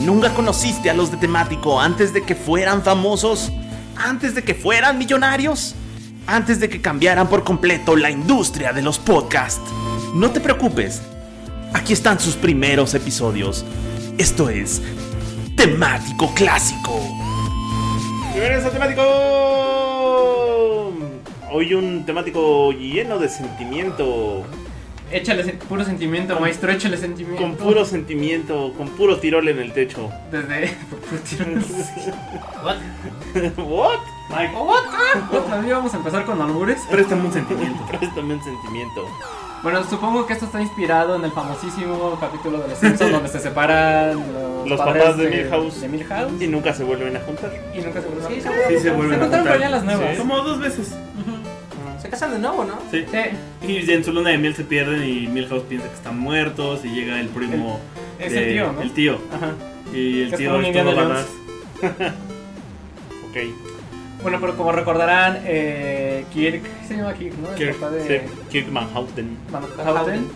¿Nunca conociste a los de temático antes de que fueran famosos? ¿Antes de que fueran millonarios? ¿Antes de que cambiaran por completo la industria de los podcasts? No te preocupes, aquí están sus primeros episodios. Esto es temático clásico. Bienvenidos a temático. Hoy un temático lleno de sentimiento. Échale sen- puro sentimiento, maestro, échale sentimiento. Con puro sentimiento, con puro tirol en el techo. Desde. puro tiro. What? ¿What? Oh, what? Ah, Otra vez vamos a empezar con albures. Préstame un sentimiento. Préstame un sentimiento. Bueno, supongo que esto está inspirado en el famosísimo capítulo de los Simpsons donde se separan los, Los padres papás de Milhouse. de Milhouse Y nunca se vuelven a juntar. y nunca se vuelven a Sí, casar. se- Sí, se Se vuelven a encontraron por allá juntar. las nuevas. Como dos veces. Se casan de nuevo, ¿no? Sí. Sí, Y en su luna de miel se pierden y Milhouse piensa que están muertos y llega el primo. es de- el tío, ¿no? El tío. Ajá. Y el Que tío estaba es en todo Indiana ganas. Ok. Bueno, pero como recordarán, eh, Kirk. Se llama Kirk, ¿no? El Kirk, papá de. sí, Kirk Manhattan. Van Houten.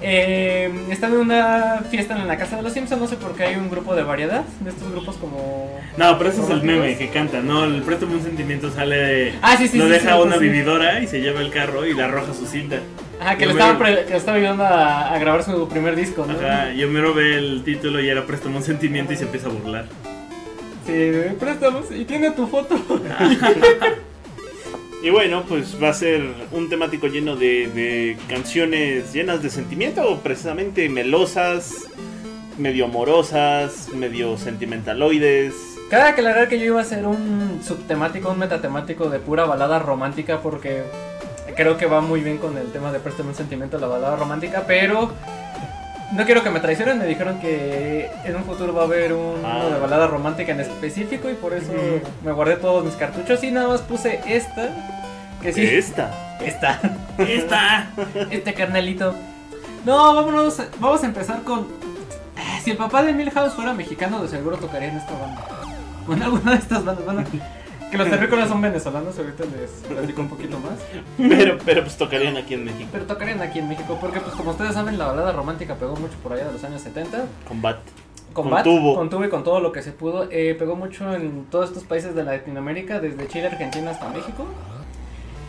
Eh, están en una fiesta en la casa de los Simpsons, no sé por qué hay un grupo de variedad, de estos grupos como... No, pero ese es el Romantico's. meme que canta, ¿no? El préstamo un sentimiento sale de. Ah, sí, sí, lo sí, deja sí, una sí. vividora y se lleva el carro y le arroja su cinta. Ajá, que Yo le me- estaba, pre- que le estaba ayudando a, a grabar su primer disco, ¿no? Ajá, y Homero ve el título y era préstamo un sentimiento y se empieza a burlar. Sí, de préstamos, y tiene tu foto. Y bueno, pues va a ser un temático lleno de, de canciones llenas de sentimiento, precisamente melosas, medio amorosas, medio sentimentaloides. Cabe aclarar que yo iba a hacer un subtemático, un metatemático de pura balada romántica porque creo que va muy bien con el tema de préstame un sentimiento la balada romántica, pero no quiero que me traicionen, me dijeron que en un futuro va a haber un- Ah. uno de balada romántica en específico y por eso me guardé todos mis cartuchos y nada más puse esta, que sí, Esta. esta, ¡Esta! este carnalito. No, vámonos, vamos a empezar con... Ah, Si el papá de Milhouse fuera mexicano, de seguro tocaría en esta banda. O en alguna de estas bandas, bueno, Que los terrícolas son venezolanos, ahorita les platico un poquito más. Pero, pero pues tocarían aquí en México. Pero tocarían aquí en México, porque pues como ustedes saben, la balada romántica pegó mucho por allá de los años 70. Combat. Con Bat, tubo. Con tubo y con todo lo que se pudo. Eh, pegó mucho en todos estos países de Latinoamérica, desde Chile, Argentina hasta México.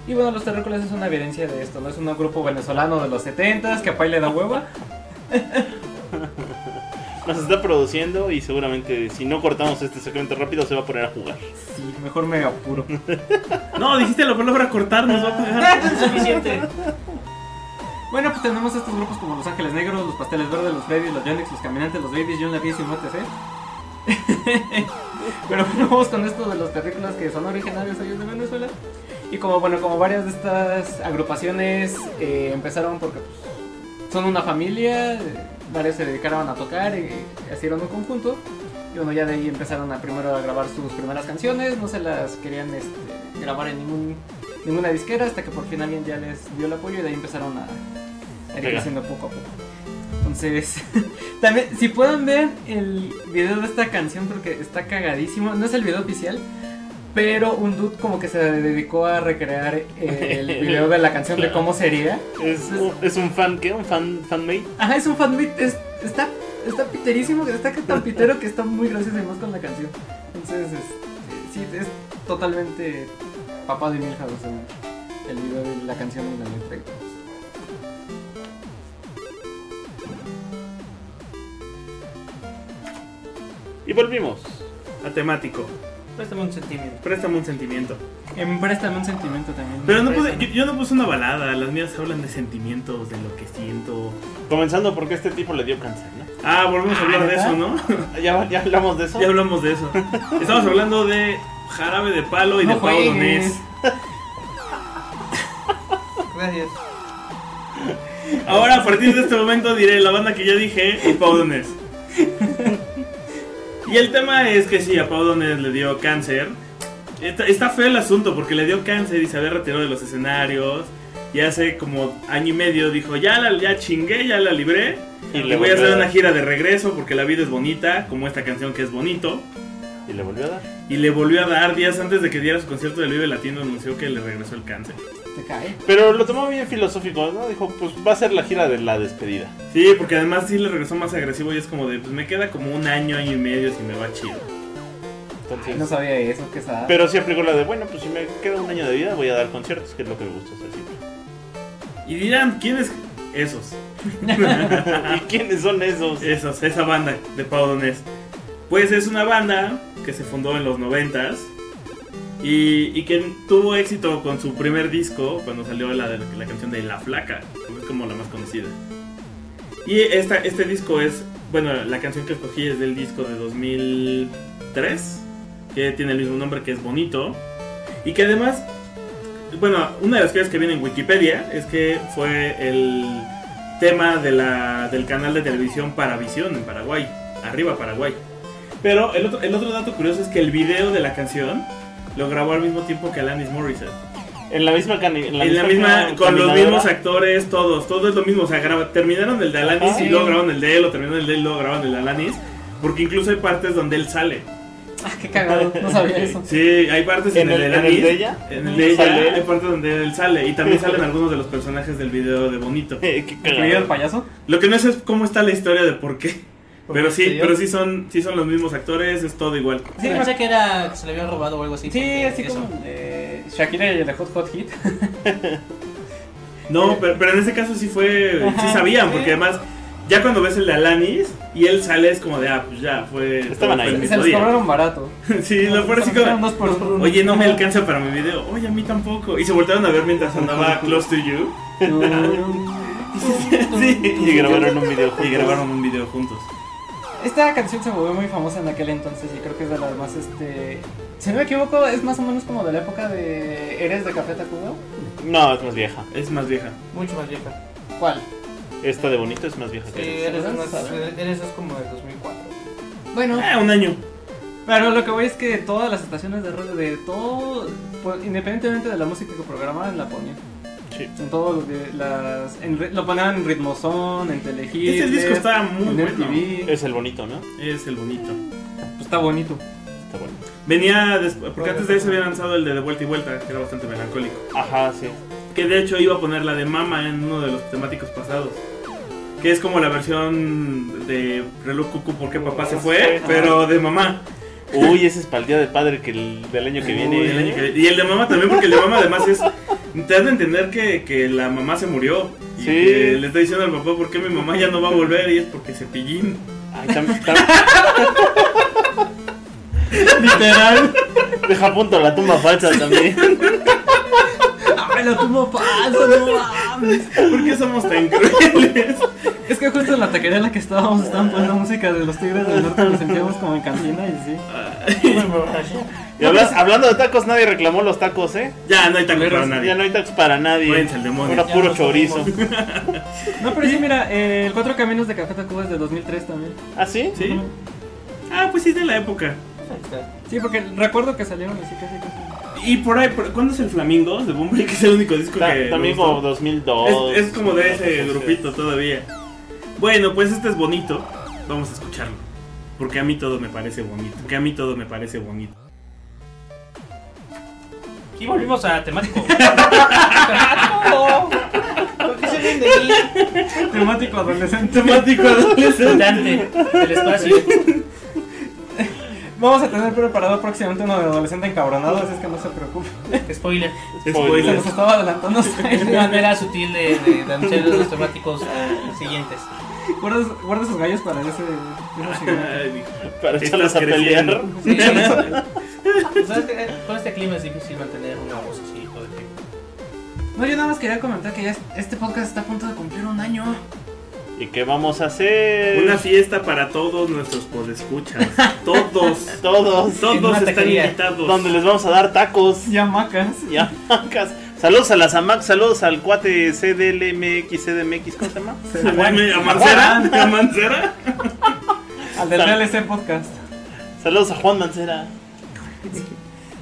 Y bueno, los terrícolas es una evidencia de esto, ¿no? Es un grupo venezolano de los 70 que a Pai le da hueva. Nos está produciendo y seguramente si no cortamos este segmento rápido se va a poner a jugar. Sí, mejor me apuro. No, dijiste la palabra cortar, nos va a pagar. Suficiente. Bueno, pues tenemos estos grupos como Los Ángeles Negros, Los Pasteles Verdes, Los Freddy's, Los Yonix, Los Caminantes, Los Babies, John Lavis y Motes, ¿eh? Pero bueno, vamos con esto de los terrícolas que son originarios ellos de Venezuela. Y como, bueno, como varias de estas agrupaciones eh, empezaron porque pues, son una familia, eh, varios se dedicaron a tocar y y hicieron un conjunto. Y bueno, ya de ahí empezaron a primero a grabar sus primeras canciones, no se las querían este, grabar en ningún, ninguna disquera hasta que por fin alguien ya les dio el apoyo y de ahí empezaron a, a ir Pega. creciendo poco a poco. Entonces, también, si pueden ver el video de esta canción porque está cagadísimo, no es el video oficial, pero un dude como que se dedicó a recrear el video de la canción de cómo sería. Es, un- es un fan, ¿qué? ¿Un fan, fanmate? Ajá, es un fanmate, es- está, está piterísimo, está que tan pitero que está muy gracioso y más con la canción. Entonces, es- sí, es totalmente papá de Milhouse el, el video de la canción y la letra. y todo. Y volvimos. A temático. Préstame un sentimiento. Préstame un sentimiento. En Em, Préstame un sentimiento también. Pero no puse, Préstame. yo, yo no puse una balada, las mías hablan de sentimientos, de lo que siento. Comenzando porque este tipo le dio cáncer, ¿no? Ah, volvemos a hablar de ¿verdad? eso, ¿no? Ya, ya hablamos de eso. Ya hablamos de eso. Estamos hablando de jarabe de palo y No de pavo juegues. donés. Gracias. Ahora, a partir de este momento, diré la banda que ya dije y pavo donés. Y el tema es que sí, a pavo donés le dio cáncer. Está, está feo el asunto porque le dio cáncer y se había retirado de los escenarios. Y hace como año y medio dijo, ya la ya chingué, ya la libré. Y Y le le voy a volvió a hacer dar. una gira de regreso porque la vida es bonita, como esta canción que es bonito. Y le volvió a dar. Y le volvió a dar días antes de que diera su concierto del Vive Latino anunció que le regresó el cáncer. te cae. Pero lo tomó bien filosófico, ¿no? Dijo, pues va a ser la gira de la despedida. Sí, porque además sí le regresó más agresivo y es como de, pues me queda como un año, año y medio si me va chido. Entonces, Ay, no sabía eso, qué sad. Pero sí aplicó la de, bueno, pues si me queda un año de vida voy a dar conciertos, que es lo que me gusta hacer siempre. Y dirán, ¿quiénes esos? ¿Y quiénes son esos? Esos, esa banda de Pau Donés. Pues es una banda que se fundó en los noventas y, y que tuvo éxito con su primer disco cuando salió la, de- la canción de La Flaca, que es como la más conocida. Y esta, este disco es, bueno, la canción que escogí es del disco de 2003, que tiene el mismo nombre que es Bonito, y que además, bueno, una de las cosas que viene en Wikipedia es que fue el tema de la, del canal de televisión Paravisión en Paraguay. Arriba Paraguay. Pero el otro, el otro dato curioso es que el video de la canción lo grabó al mismo tiempo que Alanis Morissette. En la misma cani- en la en la misma misma, con los caminadora. mismos actores, todos, todo es lo mismo. O sea, graba- terminaron el de Alanis Ajá. y luego grabaron el de él, o terminaron el de él y luego grabaron el de Alanis. Porque incluso hay partes donde él sale. Ah, qué cagado, no sabía eso. Sí, hay partes ¿En en, el- el, en el Alanis, de ella? En el de ella, ¿Sale él? hay partes donde él sale. Y también salen algunos de los personajes del video de Bonito. Eh, qué cagado. ¿Incluido el payaso? Lo que no sé es cómo está la historia de por qué. Pero sí, Sí. pero sí son, sí son los mismos actores, es todo igual. Sí, pensé que era que se le habían robado o algo así. Sí, porque así eso. como eh, Shakira y el de Hot Hot Hit. No, pero, pero en este caso sí fue, sí Ajá, sabían, sí. porque además ya cuando ves el de Alanis y él sale es como de, ah, pues ya, fue... Estaban fue el ahí. Se mismo los día. cobraron barato. Sí, lo peor es que- Fueron dos por uno. Oye, no me alcanza para mi video. Oye, a mí tampoco. Y se voltearon a ver mientras andaba Close to You. Sí, Y grabaron un video Y juntos. grabaron un video juntos. Esta canción se volvió muy famosa en aquel entonces y creo que es de las más, este... Si no me equivoco, es más o menos como de la época de... ¿Eres de Café Tacuba? No, es más vieja. Es más vieja. Mucho más vieja. ¿Cuál? Esta de bonito es más vieja Sí, que eres, ¿Sabes? más- eres más como del 2004. Bueno, Ah, un año. pero lo que voy es que todas las estaciones de radio de todo... pues, independientemente de la música que programaban, la ponían. Sí. En todos los... de- las, en ri- lo ponían en Ritmozón, en Telehit. Este disco está muy en bueno. MTV. Es el bonito, ¿no? Es el bonito. Pues está bonito. Está bueno. Venía después, porque antes de ese había lanzado el de De Vuelta y Vuelta, que era bastante melancólico. Ajá, sí. Que de hecho iba a poner la de Mama en uno de los temáticos pasados. Que es como la versión de Reloj Cucu porque papá se fue, pero de mamá. Uy, ese es para el día de padre que el- del año que viene. Uy, el año que viene. Y el de mamá también, porque el de mamá además es. Te has de entender que, que la mamá se murió. Y Sí. que le está diciendo al papá por qué mi mamá ya no va a volver. Y es porque cepillín. Ay, tam- tam- Literal. deja a punto la tumba falsa también. ¡Ay, la tuvo falso! ¡No mames! ¿Por qué somos tan crueles? Es que justo en la taquería en la que estábamos estaban poniendo música de los Tigres del Norte. Nos sentíamos como en cantina y sí. Y hablas- hablando de tacos, nadie reclamó los tacos, ¿eh? Ya, no hay tan para nadie. Ya no hay tacos para nadie. Váyanse al demonio. Era Ya puro nos chorizo. comimos. No, pero sí, mira, eh, el Cuatro Caminos de Café Tacuba es de 2003 también. ¿Ah, sí? ¿Sí? Ah, pues sí, es de la época. Ahí está. Sí, porque recuerdo que salieron así casi casi. Y por ahí, por- ¿cuándo es el Flamingo de Bombay? Que es el único disco Ta- que. me también gustó. como 2002. Es, es como de ese 2011. grupito todavía. Bueno, pues este es bonito. Vamos a escucharlo. Porque a mí todo me parece bonito. Porque a mí todo me parece bonito. Y volvimos a temático. ¡Temático! ¿Por qué se ven de mí? Temático adolescente. Temático adolescente. Dante, el espacio. Vamos a tener preparado próximamente uno de adolescente encabronado, así es que no se preocupe. Spoiler. Se Spoiler. nos estaba adelantando. Es una manera sutil de, de, de anunciar los temáticos eh, siguientes. Guarda, guarda sus gallos para ese. ese segmento. Ay, mijo. Para Estás echarlos a pelear. creciendo. Sí, ¿Sabes qué? Con este clima es difícil mantener una voz así todo el tiempo. No, yo nada más quería comentar que ya es- este podcast está a punto de cumplir un año. ¿Y qué vamos a hacer? Una fiesta para todos nuestros podescuchas. Todos. Todos. En Todos una están taquería. invitados. Donde les vamos a dar tacos. Ya macas. Y hamacas. Saludos a las hamac, saludos al cuate CDLMX, CDMX, ¿cómo se llama? ¿A Mancera? ¿A Mancera? Al del DLC Podcast. Saludos a Juan Mancera.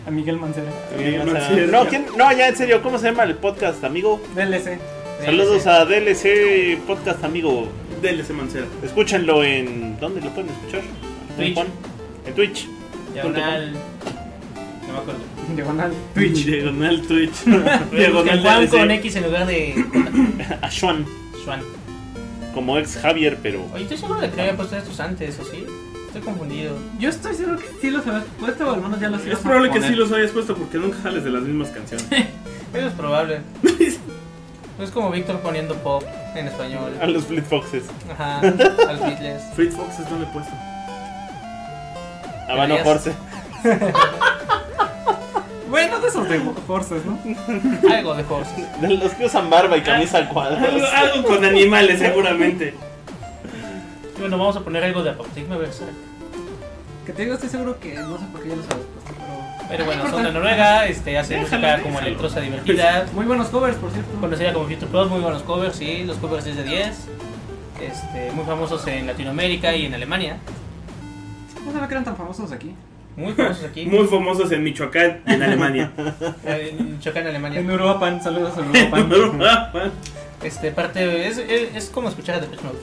A Miguel Mancera. Miguel Mancera. Mancera. No, ¿quién? no, ya en serio, ¿cómo se llama el podcast, amigo? DLC. Saludos a DLC Podcast, amigo. DLC Mancera. Escúchenlo en. ¿Dónde lo pueden escuchar? Twitch. Juan? En Twitch. Diagonal. No me acuerdo. Diagonal. Twitch. Diagonal Twitch. El Diagonal Juan DLC. con X en lugar de A Sean, Juan. como ex Javier, pero. Oye, estoy seguro de que no había puesto estos antes, ¿o sí? Estoy confundido. Yo estoy seguro que sí los habías puesto, o al menos ya los Es ibas a probable que poner. sí los hayas puesto porque nunca sales de las mismas canciones. Pero es probable. Es como Víctor poniendo pop en español. A los Fleet Foxes. Ajá, a los Beatles. Fleet Foxes no le he puesto. A Vano Deberías. Force. Bueno, de esos de Forces, ¿no? Algo de horses. De los que usan barba y camisa al Algo, cuadro. algo con animales, seguramente. Bueno, vamos a poner algo de Apoptigma Berserk. Que te digo, estoy seguro que no sé por qué ya los habías puesto, pero... Pero bueno, No son de importa. Noruega, este, hacen Déjalo, música como déjalo. electrosa divertida, Muy buenos covers, por cierto. conocida como Future Plus, muy buenos covers, sí, los covers 10 de 10, este, muy famosos en Latinoamérica y en Alemania, No sabía que eran tan famosos aquí. muy famosos aquí, Muy famosos en Michoacán y en Alemania. en Michoacán, Alemania. En Uruapan, saludos a Uruapan. Ah, Este, parte, es, es, es como escuchar a Depeche Mode,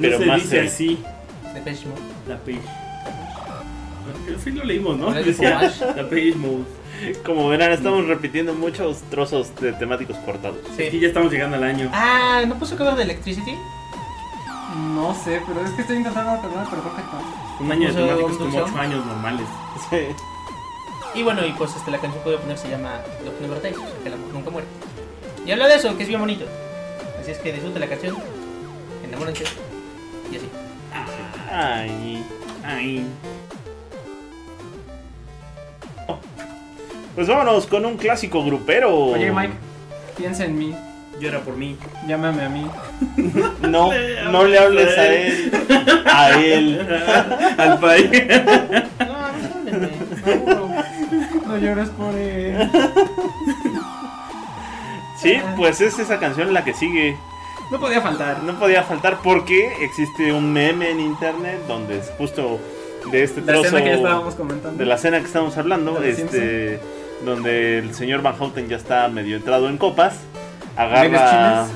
Pero Pero se más dice serio. así. Depeche Mode, La page. Pero sí lo leímos, ¿no? ¿No es Decía Flash? la page mode. Como verán, estamos repitiendo muchos trozos de temáticos cortados. Aquí sí. ya estamos llegando al año. Ah, ¿no puso cover de Electricity? No sé, pero es que estoy intentando acordarme, pero creo que no. Un año de ¿Puso temáticos como conducción? 8 años normales. Sí. Y bueno, y pues este, la canción que voy a poner se llama Love Never Dies, o sea, que el amor nunca muere. Y habla de eso, que es bien bonito. Así es que disfrute la canción, enamórense, y así. Ay. Ay. Pues vámonos con un clásico grupero. Oye, Mike, piensa en mí, Llora por mí. llámame a mí. No, no le hables a él. A él. Al país. No, no, háblenme, me aburro. No llores por él. Sí, pues es esa canción la que sigue. No podía faltar. No podía faltar porque existe un meme en internet donde es justo de este La trozo escena que ya estábamos comentando. de la cena que estamos hablando, De los este, donde el señor Van Houten ya está medio entrado en copas, agarra Venas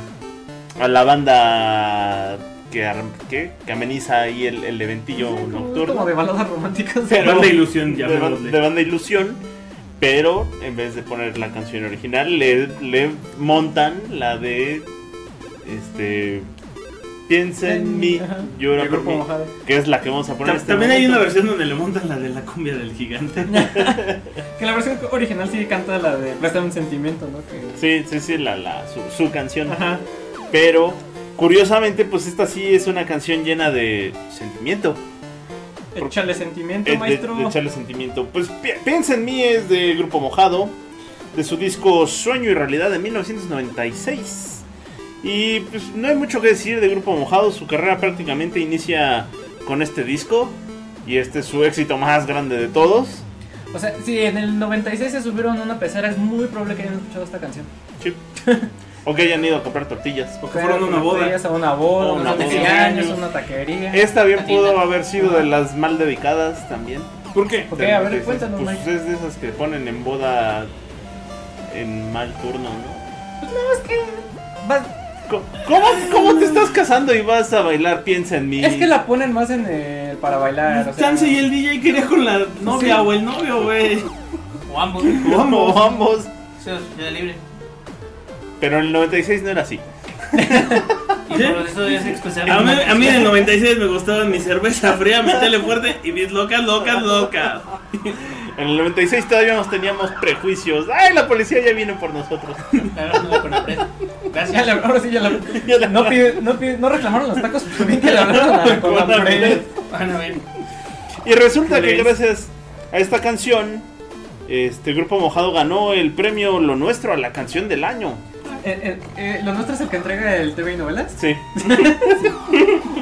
a la banda que, ar- que, que ameniza ahí el, el eventillo Es nocturno como de baladas románticas. Pero- Banda Ilusión, de, ban- de llamémosle. banda ilusión, pero en vez de poner la canción original, le, le montan la de este piensa en mí, Ajá. llora De por grupo mí, Mojado. que es la que vamos a poner. en Ta- este También hay una momento. versión donde le montan la de la cumbia del gigante. Que la versión original sí canta la de Préstame un sentimiento, ¿no? Que... Sí, sí, sí, la, la- su, su canción. Ajá. Pero curiosamente, pues esta sí es una canción llena de sentimiento. Échale sentimiento, Eh, de- maestro. De, echarle sentimiento. Pues pi- piensa en mí es de Grupo Mojado, de su disco Sueño y Realidad de 1996. Y pues no hay mucho que decir de Grupo Mojado, su carrera prácticamente inicia con este disco y este es su éxito más grande de todos. O sea, si en el 96 se subieron a una pecera, es muy probable que hayan escuchado esta canción. Sí. o que hayan ido a comprar tortillas. Porque fueron a una Pero, boda. ellas A una boda, A a una una boda. cumpleaños, a una taquería. Esta bien Latina. pudo haber sido de las mal dedicadas también. ¿Por qué? Ok, De- a ver, de esas- cuéntanos, pues, Mike. es de esas que ponen en boda en mal turno, ¿no? Vas- Co- ¿Cómo, cómo te estás casando y vas a bailar? Piensa en mí. Es que la ponen más en el para bailar. O sea, Chance y el DJ quería con la novia Sí. o el novio, güey. O ambos. Como ambos. Eso es vida libre. Pero en el 96 no era así. Y por eso es expulsar A mí, a mí en el 96 me gustaba mi cerveza fría, mi tele fuerte y mis locas, locas, locas. En el 96 todavía nos teníamos prejuicios. ¡Ay, la policía ya vino por nosotros! La verdad, no voy a poner preso. Ya Gracias. le- ahora sí ya la- Ya la- no, pide- no, pide- no reclamaron los tacos, pero bien que le hablaron a la- Ah, Eh, con la Con la pared. Van a ver. Y resulta que ¿Crees? gracias a esta canción, este Grupo Mojado ganó el premio Lo Nuestro a la canción del año. Eh, eh, eh, Lo nuestro es el que entrega el TV y novelas. Sí.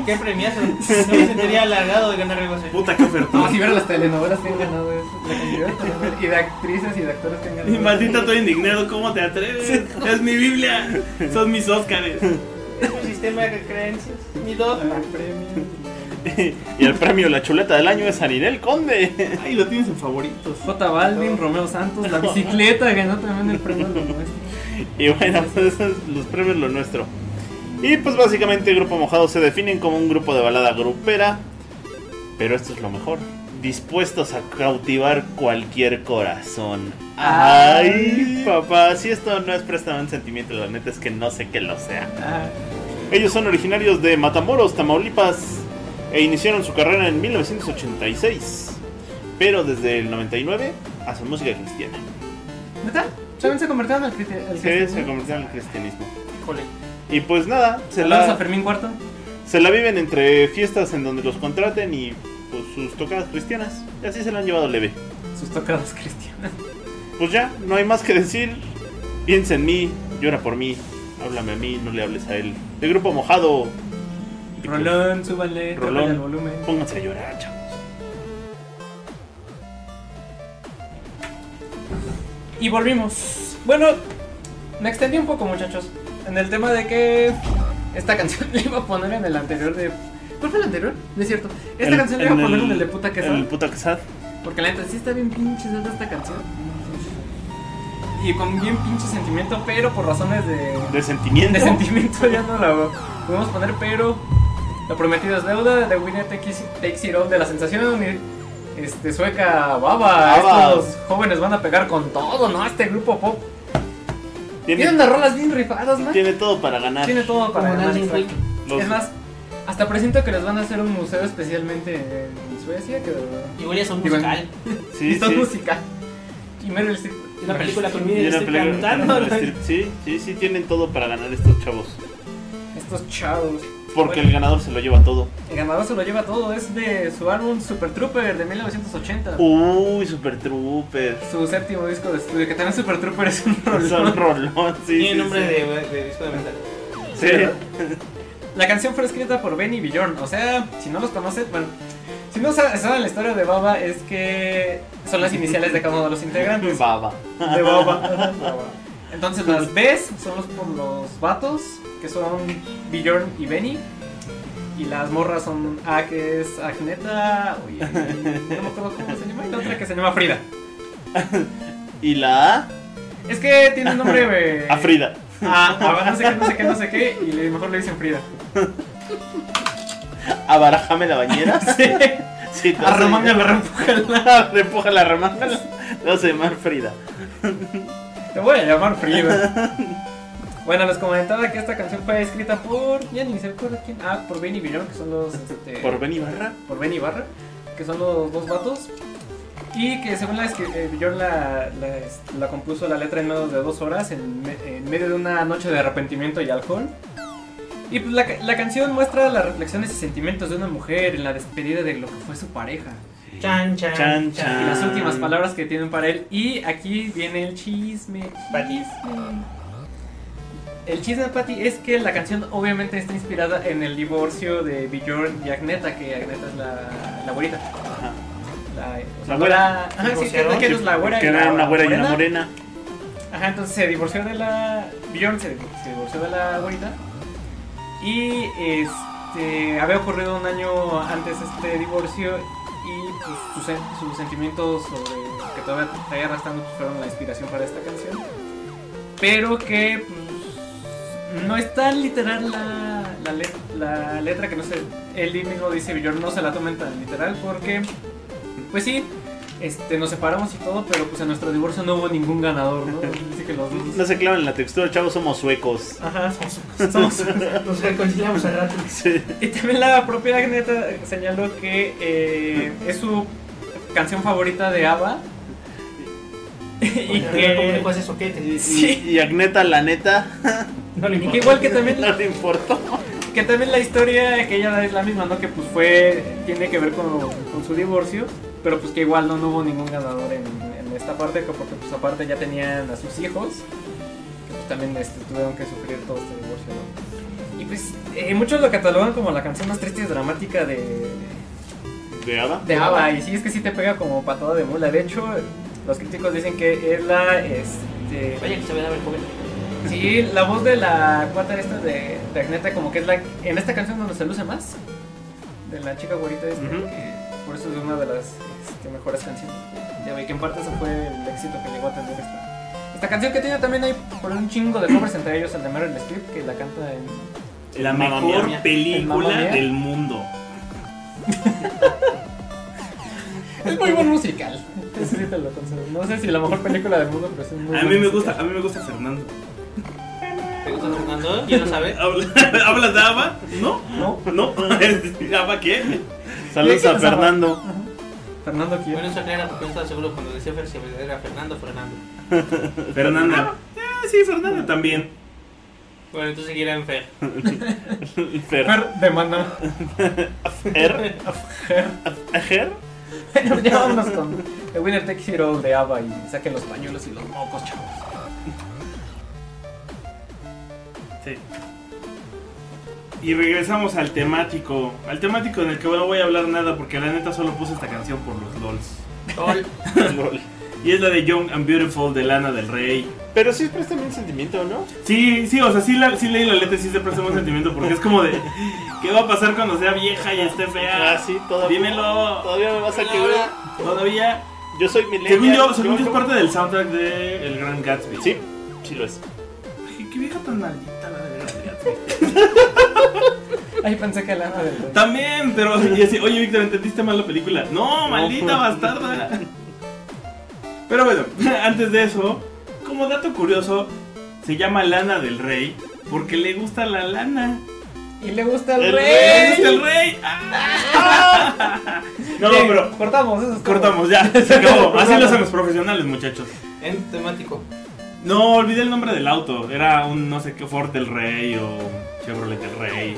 Qué premiazo. No me sentiría halagado de ganar algo así. Puta, qué No, ofertón. si vieron las telenovelas que han ganado es la cantidad de telenovelas y de actrices y de actores que han Y ganado. maldita, estoy indignado, ¿cómo te atreves? Es mi Biblia, son mis Óscares. Es un sistema de creencias. Ni dos. Ah, premios y- Y el premio La Chuleta del Año es Arinel Conde. Ay, lo tienes en favoritos. J Balvin, Romeo Santos, la bicicleta ganó también el premio de lo nuestro. Y bueno, pues esos son los premios Lo Nuestro. Y pues básicamente Grupo Mojado se definen como un grupo de balada grupera. Pero esto es lo mejor. dispuestos a cautivar cualquier corazón. Ay, papá, si esto no es préstamo en sentimiento, la neta es que no sé que lo sea. Ajá. Ellos son originarios de Matamoros, Tamaulipas, e iniciaron su carrera en 1986. Pero desde el 99 hacen música cristiana. ¿Neta? También se convirtieron al criti- al Sí, se cristianismo. convirtieron al cristianismo. Jole. Y pues nada, se Saludos a la, Fermín Cuarto. se la viven entre fiestas en donde los contraten y pues, sus tocadas cristianas. Y así se la han llevado leve. Sus tocadas cristianas. Pues ya, no hay más que decir. Piensa en mí, llora por mí, háblame a mí, no le hables a él. De grupo mojado. Y pues, Rolón, súbanle, Rolón. Rolón. el volumen. Pónganse a llorar, chavos. Y volvimos. Bueno, me extendí un poco, muchachos. En el tema de que esta canción le iba a poner en el anterior de. ¿Cuál fue el anterior? No es cierto. Esta En- canción le iba a en poner el- en el de puta que en El puta quesad. Porque la neta sí está bien pinche alta esta canción. Y con bien pinche sentimiento, pero por razones de. De sentimiento. de sentimiento ya no la podemos poner, pero. Lo prometido es deuda, de Winner Takes Takes It All, de la sensación. y, Este, sueca, baba. Baba. Estos jóvenes van a pegar con todo, ¿no? Este grupo pop. Tiene, Tiene, unas rolas bien rifadas, ¿no? Tiene, tiene todo para ganar. todo para Como ganar. Dancing exacto. Los- Es más, hasta presiento que les van a hacer un museo especialmente en Suecia. Que... Y voy a hacer un Digo, musical. sí, y son sí. música. Y Meryl Streep. Y una película con Y Meryl una Streep película- cantando. este-". Sí, sí, sí, tienen todo para ganar estos chavos. Estos chavos. Porque el ganador se lo lleva todo. El ganador se lo lleva todo. Es de su álbum Super Trooper de 1980. Uy, super trooper. Su séptimo disco de estudio. Que también Super Trooper es un Son rolón. rolón, sí. Tiene sí, nombre sí. de, de disco de metal. Sí. La canción fue escrita por Benny Bjorn, o sea, si no los conocen, bueno, si no sa- saben la historia de Baba es que son las iniciales de cada uno de los integrantes. Baba. De Baba. Entonces las Bs son los por los vatos, que son Bjorn y Benny. Y las morras son A que es Agneta, oye, no me acuerdo cómo se llama, y la otra que se llama Frida. Y la A, Es que tiene un nombre... eh, a Frida. A, a no sé qué, ah, no sé qué, no sé qué, y le- mejor le dicen Frida. A Barajame la bañera. Sí. Sí, te vas a- Arremángala, repújala. Repújala, arremángala. No sé, más Frida. Te voy a llamar Frida. bueno, les comentaba que esta canción fue escrita por. Ya ni se acuerda quién. Ah, por Benny Villón, que son los. Este, Por Ben Ibarra. por Benny Barra, que son los dos vatos. Y que según la que Villón la, la, es- la compuso la letra en menos de dos horas, en, me- en medio de una noche de arrepentimiento y alcohol. Y pues la, ca- la canción muestra las reflexiones y sentimientos de una mujer en la despedida de lo que fue su pareja. Chan, chan, chan. Chan, chan. Y las Ah. últimas palabras que tienen para él. Y aquí viene el chisme. Patty. El chisme, Patty, es que la canción obviamente está inspirada en el divorcio de Bjorn y Agneta, que Agneta es la, la abuelita. Ajá. La, o sea, La abuela. Ajá, Ah, sí, Divorciaron. que es la abuela que era una güera y una morena. Ajá, entonces se divorció de la. Bjorn se, se divorció de la abuelita. Y este. Había ocurrido un año antes este divorcio. Y pues, sus, sen- sus sentimientos sobre que todavía traía arrastrando pues, fueron la inspiración para esta canción. Pero que pues, no es tan literal la, la, let- la letra que no sé. Él mismo dice Bjorn no se la tomen tan literal porque. Pues sí, este, nos separamos y todo, pero pues en nuestro divorcio no hubo ningún ganador, ¿no? Dice que los No dos. se clavan en la textura, chavos, somos suecos. Ajá, somos. Nos reconciliamos al rato. Sí. Y también la propia Agneta señaló que eh, es su canción favorita de ABBA. Y Y que... ¿Cómo le que, pasa eso? ¿Qué? Te- Sí. Y Agneta, la neta, No le y que importa. igual que también, no le importó. que también la historia que ella da es la misma, ¿no? Que pues fue, tiene que ver con, con su divorcio, pero pues que igual no, no hubo ningún ganador en, en esta parte, que porque pues aparte ya tenían a sus hijos, que pues también este, tuvieron que sufrir todo este divorcio, ¿no? Y pues eh, muchos lo catalogan como la canción más triste y dramática de, ¿De Ada? De ABBA, y sí, es que sí te pega como patada de mula. De hecho, los críticos dicen que es la, este... Vaya que se ve a ver joven. Sí, la voz de la cuata esta de, de Agneta como que es la... En esta canción donde se luce más, de la chica güerita esta, Ujú. que por eso es una de las este, mejores canciones. Ya ve que en parte eso fue el éxito que llegó a tener esta. Esta canción que tiene también hay por un chingo de covers, entre ellos el de Meryl Streep, que la canta en... La Mamma mejor mía. película Mamma mía. del mundo. Es muy buen musical. Eso sí te lo concedo. No sé si la mejor película del mundo, pero sí es muy A buen mí me musical. gusta, a mí me gusta Fernando. ¿Te gusta Fernando? Ya lo sabes. ¿Habla- ¿Hablas de Ava? No, ¿No? no. ¿Ava qué? Saludos a Fernando. Fernando quién? Bueno, eso aclara porque no estaba seguro cuando decía Fer si era Fernando o Fernando. Fernanda. Eh, sí, Fernanda también. Bueno, entonces seguirá en Fer. Fer. Fer demanda. Er. Ajer. Bueno, ya vámonos con The Winner Takes It All de ABBA y saquen los pañuelos y los mocos, chavos. Sí. Y regresamos al temático. Al temático en el que no voy a hablar nada porque la neta solo puse esta canción por los LOLs. Ol. Lol. Y es la de Young and Beautiful de Lana del Rey. Pero sí este expresa bien sentimiento, ¿no? Sí, sí, o sea, sí, la, sí leí la letra y sí se presta un sentimiento porque es como de. ¿Qué va a pasar cuando sea vieja y esté fea? Ah, sí, todavía. Dímelo. Todavía me vas a quebrar. Todavía. Yo soy millennial. Según yo, según yo es ¿Cómo? parte del soundtrack de El Gran Gatsby. Sí, sí lo es. Ay, Qué vieja tan maldita la de Gran Gatsby. Ahí pensé que Lana del Rey. También, pero y así, oye Víctor, ¿entendiste mal la película? No, pues, maldita bastarda. Pero bueno, antes de eso, como dato curioso, se llama Lana del Rey porque le gusta la lana. Y le gusta el, El ¡Le rey. gusta Este el rey! ¡Ah! No, Bien, pero Cortamos, eso es todo. cortamos, ya, se acabó. Así lo hacen los profesionales, muchachos. En temático. No, olvidé el nombre del auto. Era un no sé qué Ford del Rey o Chevrolet del Rey,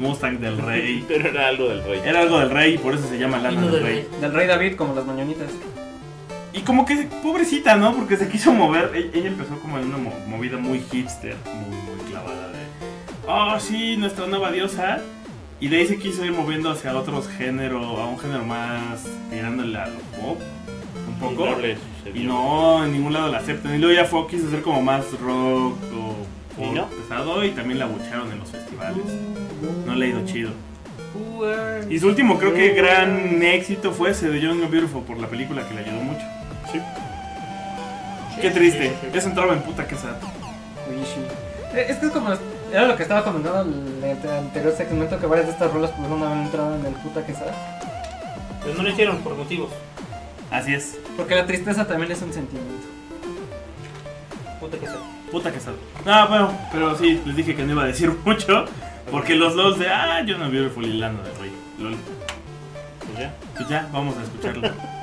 Mustang del Rey. Pero era algo del rey. Era algo del Rey y por eso se llama Lana Himno del del Rey. Rey. Del rey David, como las mañanitas. Y como que, pobrecita, ¿no? Porque se quiso mover. E- Ella empezó como en una mo- movida muy hipster, muy, muy clavada de. Oh, sí, nuestra nueva diosa. Y de ahí se quiso ir moviendo hacia otros géneros, a un género más tirándole a lo pop. Un poco. Y no le Y sucedió. no, en ningún lado la aceptan. Y luego ya fue, quiso hacer como más rock o ¿Y pop no? pesado. Y también la bucharon en los festivales. No le ha ido chido. Uber. Y su último, creo que gran éxito fue ese de Young and Beautiful por la película que le ayudó mucho. Sí. Qué Sí, triste. sí, sí. Eso entraba en puta que sad. Uy, sí. Eh, Es que es como. Era lo que estaba comentando en el anterior segmento que varias de estas rolas pues, pudieron haber entrado en el puta que sabe. Pero no lo hicieron por motivos. Así es. Porque la tristeza también es un sentimiento. Puta que sea. Puta que sad. Ah, bueno, pero sí, les dije que no iba a decir mucho. Porque los dos de. Ah, Young and Beautiful y Lana del Rey. Lol. Pues ya. Pues ya, vamos a escucharlo.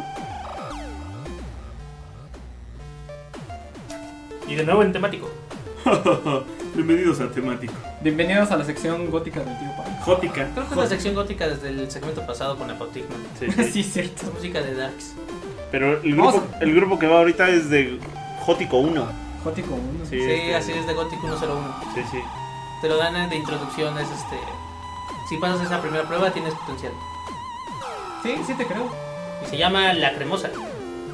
Y de nuevo en temático. Bienvenidos a temático. Bienvenidos a la sección gótica del tío Pablo. Jótica. Creo que es la sección gótica desde el segmento pasado con Apotigma. Sí, sí. sí, cierto. Esta música de Darks. Pero el Vamos grupo, el grupo que va ahorita es de Jótico 1. Gótico 1. Sí, Sí, este- así es de Gothic 101. Sí, sí. Te lo dan de introducción, es este. Si pasas esa primera prueba, tienes potencial. Sí, sí te creo. Y se llama La Cremosa.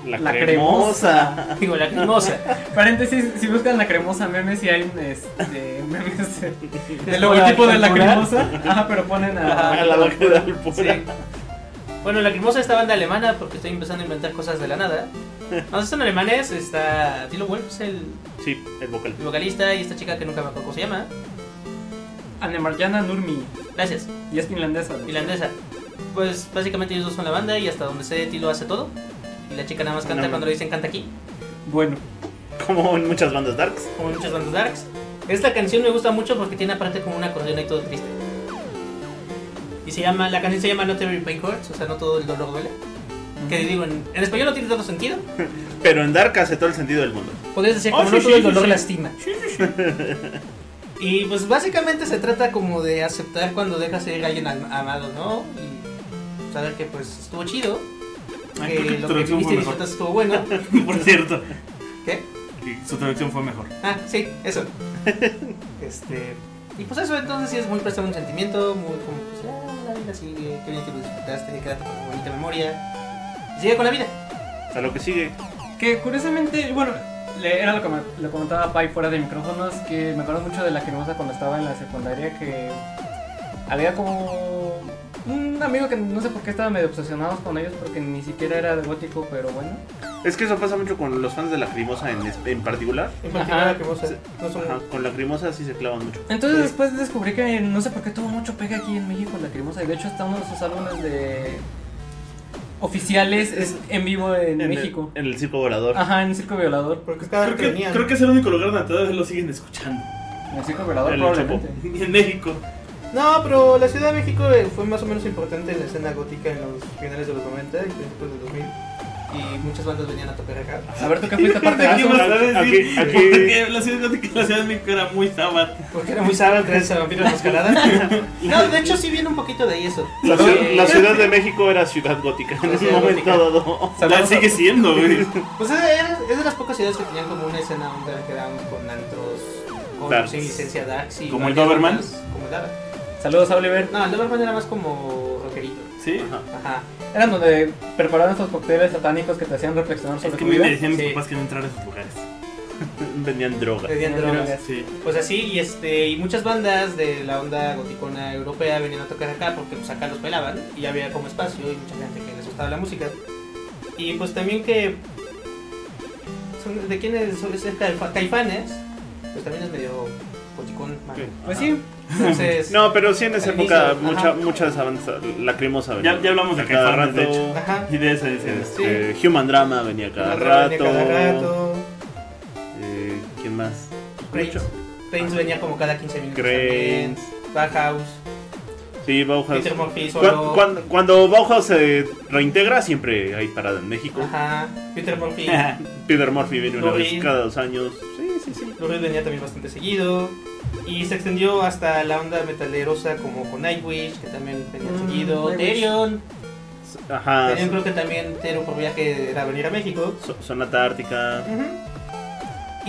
La, La cremosa. Digo, La Cremosa. Paréntesis, si buscan la cremosa memes, y hay este, memes eh, Es del como logotipo la de la cangura. cremosa. Ajá, pero ponen a. A la vaca de Alpura. Sí. Bueno, La Cremosa esta banda alemana, porque estoy empezando a inventar cosas de la nada. No, son alemanes, está Dilo Wolf, es el, Sí, el vocal. el vocalista, y esta chica que nunca me acuerdo cómo se llama. Anemarjana Nurmi. Gracias. Y es finlandesa. de hecho. finlandesa. Pues básicamente ellos dos son la banda y hasta donde sé Tilo hace todo. Y la chica nada más canta No, no. cuando le dicen canta aquí, Bueno, Como en muchas bandas darks. como en muchas bandas darks. Esta canción me gusta mucho porque tiene aparte como una acordeón y todo triste. Y se llama, la canción se llama No Terry Pain Hurts, o sea, no todo el dolor duele. Que Mm. digo, en, en español no tiene tanto sentido. Pero en dark hace todo el sentido del mundo. Podrías decir Oh, como sí, no sí, todo el sí, dolor sí. lastima. Y pues básicamente se trata como de aceptar cuando dejas ir a alguien am- amado, ¿no? Y saber que pues estuvo chido. Ay, que creo que tu lo que traducción viviste fue y mejor. disfrutaste estuvo bueno. Por cierto, ¿Qué? y su traducción fue mejor. Ah, sí, eso. este. Y pues eso entonces sí es muy prestar un sentimiento, muy como pues ya la vida sigue, qué bien que lo disfrutaste, quédate con tu bonita memoria. Y sigue con la vida. A lo que sigue. que curiosamente, bueno, le- era lo que me- lo comentaba Pai fuera de micrófonos, que me acuerdo mucho de la cremosa cuando estaba en la secundaria, que había como un amigo que no sé por qué estaba medio obsesionado con ellos, porque ni siquiera era de gótico, pero bueno. Es que eso pasa mucho con los fans de Lacrimosa en, es- en particular. En particular, que vos no Ajá, con Lacrimosa sí se clavan mucho. Entonces Sí. después descubrí que no sé por qué tuvo mucho pegue aquí en México la cremosa, y de hecho está uno de sus álbumes de... oficiales es en vivo en, En el- México. En el circo volador. Ajá, en el Circo Violador. Porque cada Ah, Creo que, creo que es el único lugar donde todavía lo siguen escuchando. En el Circo Violador El probablemente. Y en México. No, pero la Ciudad de México eh, fue más o menos importante en la escena gótica en los finales de los 90 y principios del 2000. Y muchas bandas venían a tocar acá. A ver, ¿tú qué fuiste parte de Aquí, eso? vas a decir, Ah, Aquí- aquí- porque la ciudad, gótica- la ciudad de México era muy sábado. Porque era muy sábado gracias a Vampiro Mascarada. no, de hecho sí viene un poquito de ahí eso. Eh, La, Sí. ciudad, la Ciudad de México era ciudad gótica en Ciudad un momento gótica. dado. La sigue siendo, güey. Pues es, es- es de las pocas ciudades que tenían como una escena donde quedaban con antros, con Darks. sin licencia Darks y ¿Como el varias Doberman? bandas, Como el Doberman. Saludos a Oliver. No, el Doberman era más como rockerito. Sí. Ajá. Eran donde preparaban estos cócteles satánicos que te hacían reflexionar Es sobre tu que a mí vida. me decían mis Sí. papás que no entrara a esos lugares. Vendían droga. Tenían Tenían drogas. drogas. Sí. Pues así, y este, y muchas bandas de la onda goticona europea venían a tocar acá porque pues acá los pelaban y había como espacio y mucha gente que les gustaba la música. Y pues también que son- de quién es, es el Taifa- Caifanes, pues también es medio goticón, man. Sí. Pues sí, Entonces, No, pero sí en esa Al época inicio, mucha, ajá. mucha desavanza, lacrimosa venía. Ya, ya hablamos de cada Caifanes, rato. de hecho. ajá. Y de esa dice. Este, Human Drama venía cada Otra rato. venía Cada rato. Eh, ¿Quién más? Prince. Mucho. Prince venía como cada 15 minutos. Prince. también. Bauhaus. Sí, Bauhaus. Peter Murphy Cu- solo. cuando, cuando Bauhaus se reintegra, siempre hay parada en México. Ajá. Peter Murphy. Peter Murphy viene una Lorraine. vez cada dos años. Sí, sí, sí. Lou Reed venía también bastante seguido. Y se extendió hasta la onda metalerosa como con Nightwish, que también venía Mm, seguido. Nightwish. Therion. Ajá. Therion creo que también Therion por viaje era venir a México. so- Sonata Ártica. Ujú.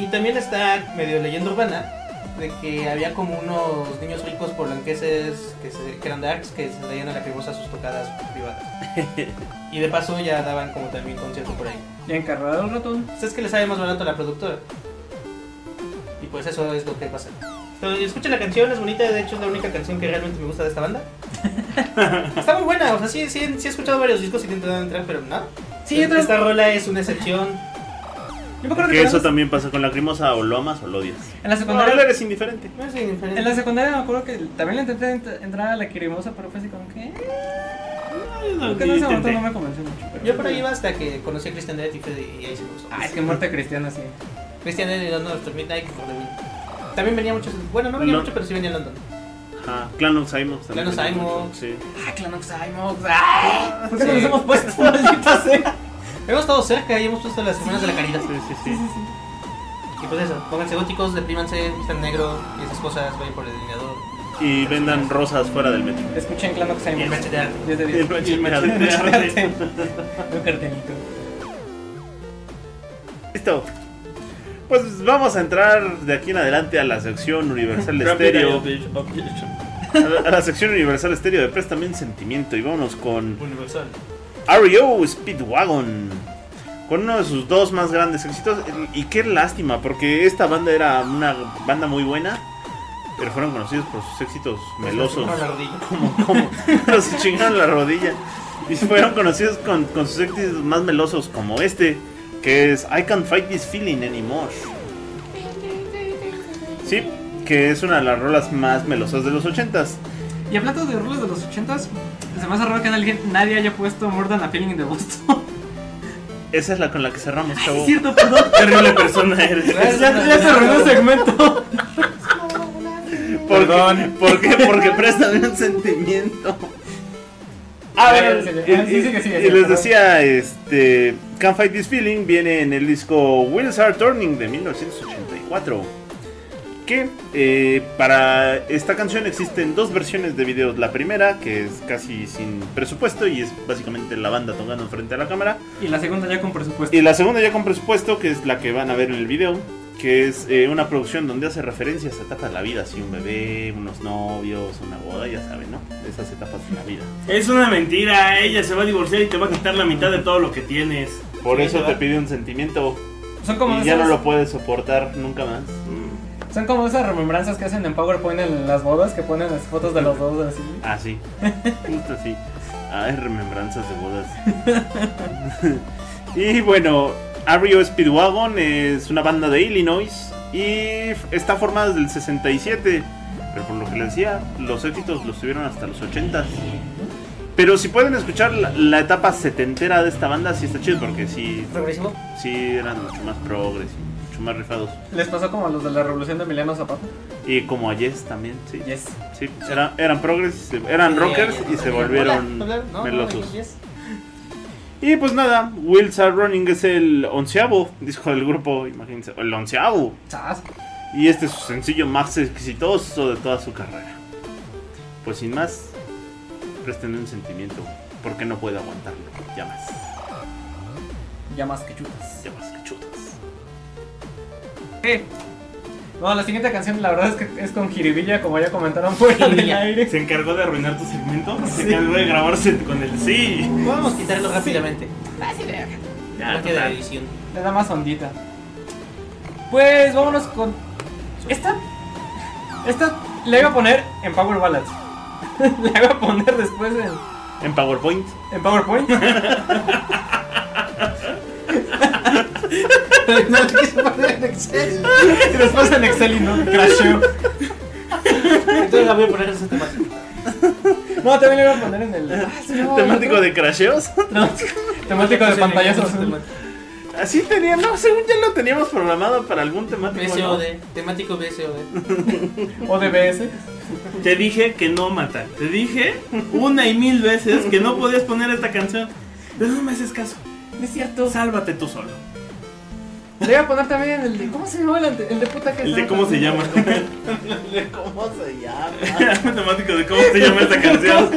Y también está medio leyenda urbana de que había como unos niños ricos polanqueses que, se, que eran darks que se traían a la cremosa a sus tocadas privadas. y de paso ya daban como también concierto por ahí. ya encargado el ratón. Pues Es que le sale más barato a la productora. Y pues eso es lo que pasa. Entonces, escuchen la canción, es bonita, de hecho es la única canción que realmente me gusta de esta banda. Está muy buena, o sea, sí, sí, sí he escuchado varios discos y he intentado entrar, pero no. Sí, entonces- Esta rola es una excepción. Yo me acuerdo que Que eso tenemos- también pasa con lacrimosa, o lo amas o lo odias. en la No, él secundaria. eres indiferente. No es indiferente. En la secundaria me acuerdo que también le intenté ent- entrar a la quirimosa, pero fue así como que. eh, Como que no, ese momento no me convenció mucho. pero- Yo por ahí iba hasta que conocí a Christian Dead y, fue de- y ahí se me gustó. Ah, es que muerte cristiana, sí. Christian Dead y London After Midnight por The Wind. También venía mucho, bueno, no venía No. mucho, pero sí venía London. Ajá. Clan of Simons también. Clan of venía mucho. Simons. Sí. Ah, Clan of Simons. ¡Ah! ¿Por qué no Sí. nos hemos puesto? ¿eh? maldita sea? Hemos estado cerca y hemos puesto las semanas de la caridad. Sí, sí, sí. Sí, sí, sí. Y pues eso, pónganse góticos, deprímanse, vistan negro y esas cosas, vayan por el delineador. Y vendan rosas fuera del metro. Escuchen Clan of Y el Simons. machete de arte. 10 de Y el 10. machete de arte. Un cartelito. Listo. Pues vamos a entrar de aquí en adelante a la sección Universal Rapid Estéreo. Obje- Objection. A la, a la sección Universal Estéreo de Préstame un Sentimiento. Y vámonos con Universal. REO E Speedwagon. Con uno de sus dos más grandes éxitos. Y qué lástima, porque esta banda era una banda muy buena. Pero fueron conocidos por sus éxitos Con melosos. Pues, la rodilla. como, como, pero se chingaron la rodilla. Y fueron conocidos con, con sus éxitos más melosos como este, que es I Can't Fight This Feeling Anymore. Sí, que es una de las rolas más melosas de los ochentas. Y hablando de roles de los 80s, se me hace raro que alguien, nadie haya puesto More Than a Feeling de Boston. Esa es la con la que cerramos, Sí, es chavo. cierto, perdón. Terrible persona eres. Ya, ya se arruinó el segmento. ¿Por qué? Perdón. ¿Por qué? Porque préstame un sentimiento. Ah, Ya, bueno, ya, ya, y, ya. Ah, sí, y- sigue, sigue, y sigue, les perdón. decía, este, Can't Fight This Feeling viene en el disco Wheels Are Turning de 1984. Que eh, para esta canción existen dos versiones de videos. La primera, que es casi sin presupuesto y es básicamente la banda tocando frente a la cámara. Y la segunda ya con presupuesto. Y la segunda ya con presupuesto, que es la que van a ver en el video, que es eh, una producción donde hace referencias a etapas de la vida, así un bebé, unos novios, una boda, ya saben, ¿no? De Esas etapas de la vida. Es una mentira. Ella se va a divorciar y te va a quitar la mitad de todo lo que tienes. Por Sí, eso te ¿verdad? pide un sentimiento Son como, y ya esas, no lo puedes soportar nunca más. son como esas remembranzas que hacen en PowerPoint en las bodas, que ponen las fotos de los dos así. Así, Ah, justo así. Ay, remembranzas de bodas. y bueno, Ario Speedwagon es una banda de Illinois y está formada desde el 67. Pero por lo que les decía, los éxitos los tuvieron hasta los 80. Pero si pueden escuchar la, la etapa setentera de esta banda, sí está chido, porque sí, Progresivo. sí eran mucho más progres, y mucho más rifados. ¿Les pasó como a los de la revolución de Emiliano Zapata? Y como a Yes también, sí. Yes. Sí, era- eran progres, eran Sí, rockers ya, ya, y ya. se Hola, volvieron hola, no, no, melosos. yes. Y pues nada, Wheels Are Running es el onceavo disco del grupo, imagínense, el onceavo. Chas. Y este es su sencillo más exitoso de toda su carrera. Pues sin más, presten un sentimiento, porque no puedo aguantarlo. Ya más, Ya más que chutas. ya más que chutas. Eh. Bueno, la siguiente canción la verdad es que es con jiribilla, como ya comentaron fuera del Jiribilla. aire. Se encargó de arruinar tu segmento. Se Sí. encargó de grabarse con el sí. Podemos quitarlo rápidamente. Ya, Bloque de total. edición. Le da más ondita. Pues vámonos con. Esta. Esta la iba a poner en Power Ballads. la iba a poner después en, En PowerPoint, en PowerPoint. No lo quiso poner en Excel. y después en Excel y no crasheo. Entonces la voy a poner en ese tema. No, también la iba a poner en el. Ah, sí, no, temático de crasheos. no, temático de pantallazos. Así tenía, no, según ya lo teníamos programado para algún temático. ¿no? BSOD. Temático BSOD. O de BS. Te dije que no matar. Te dije una y mil veces que no podías poner esta canción. Pero no me haces caso. No es cierto. Sálvate tú solo. Le iba a poner también el de. ¿Cómo se llamaba el de, el de puta que El de estaba cómo se también? llama. ¿Cómo se llama? Era matemático de cómo se llama esta canción.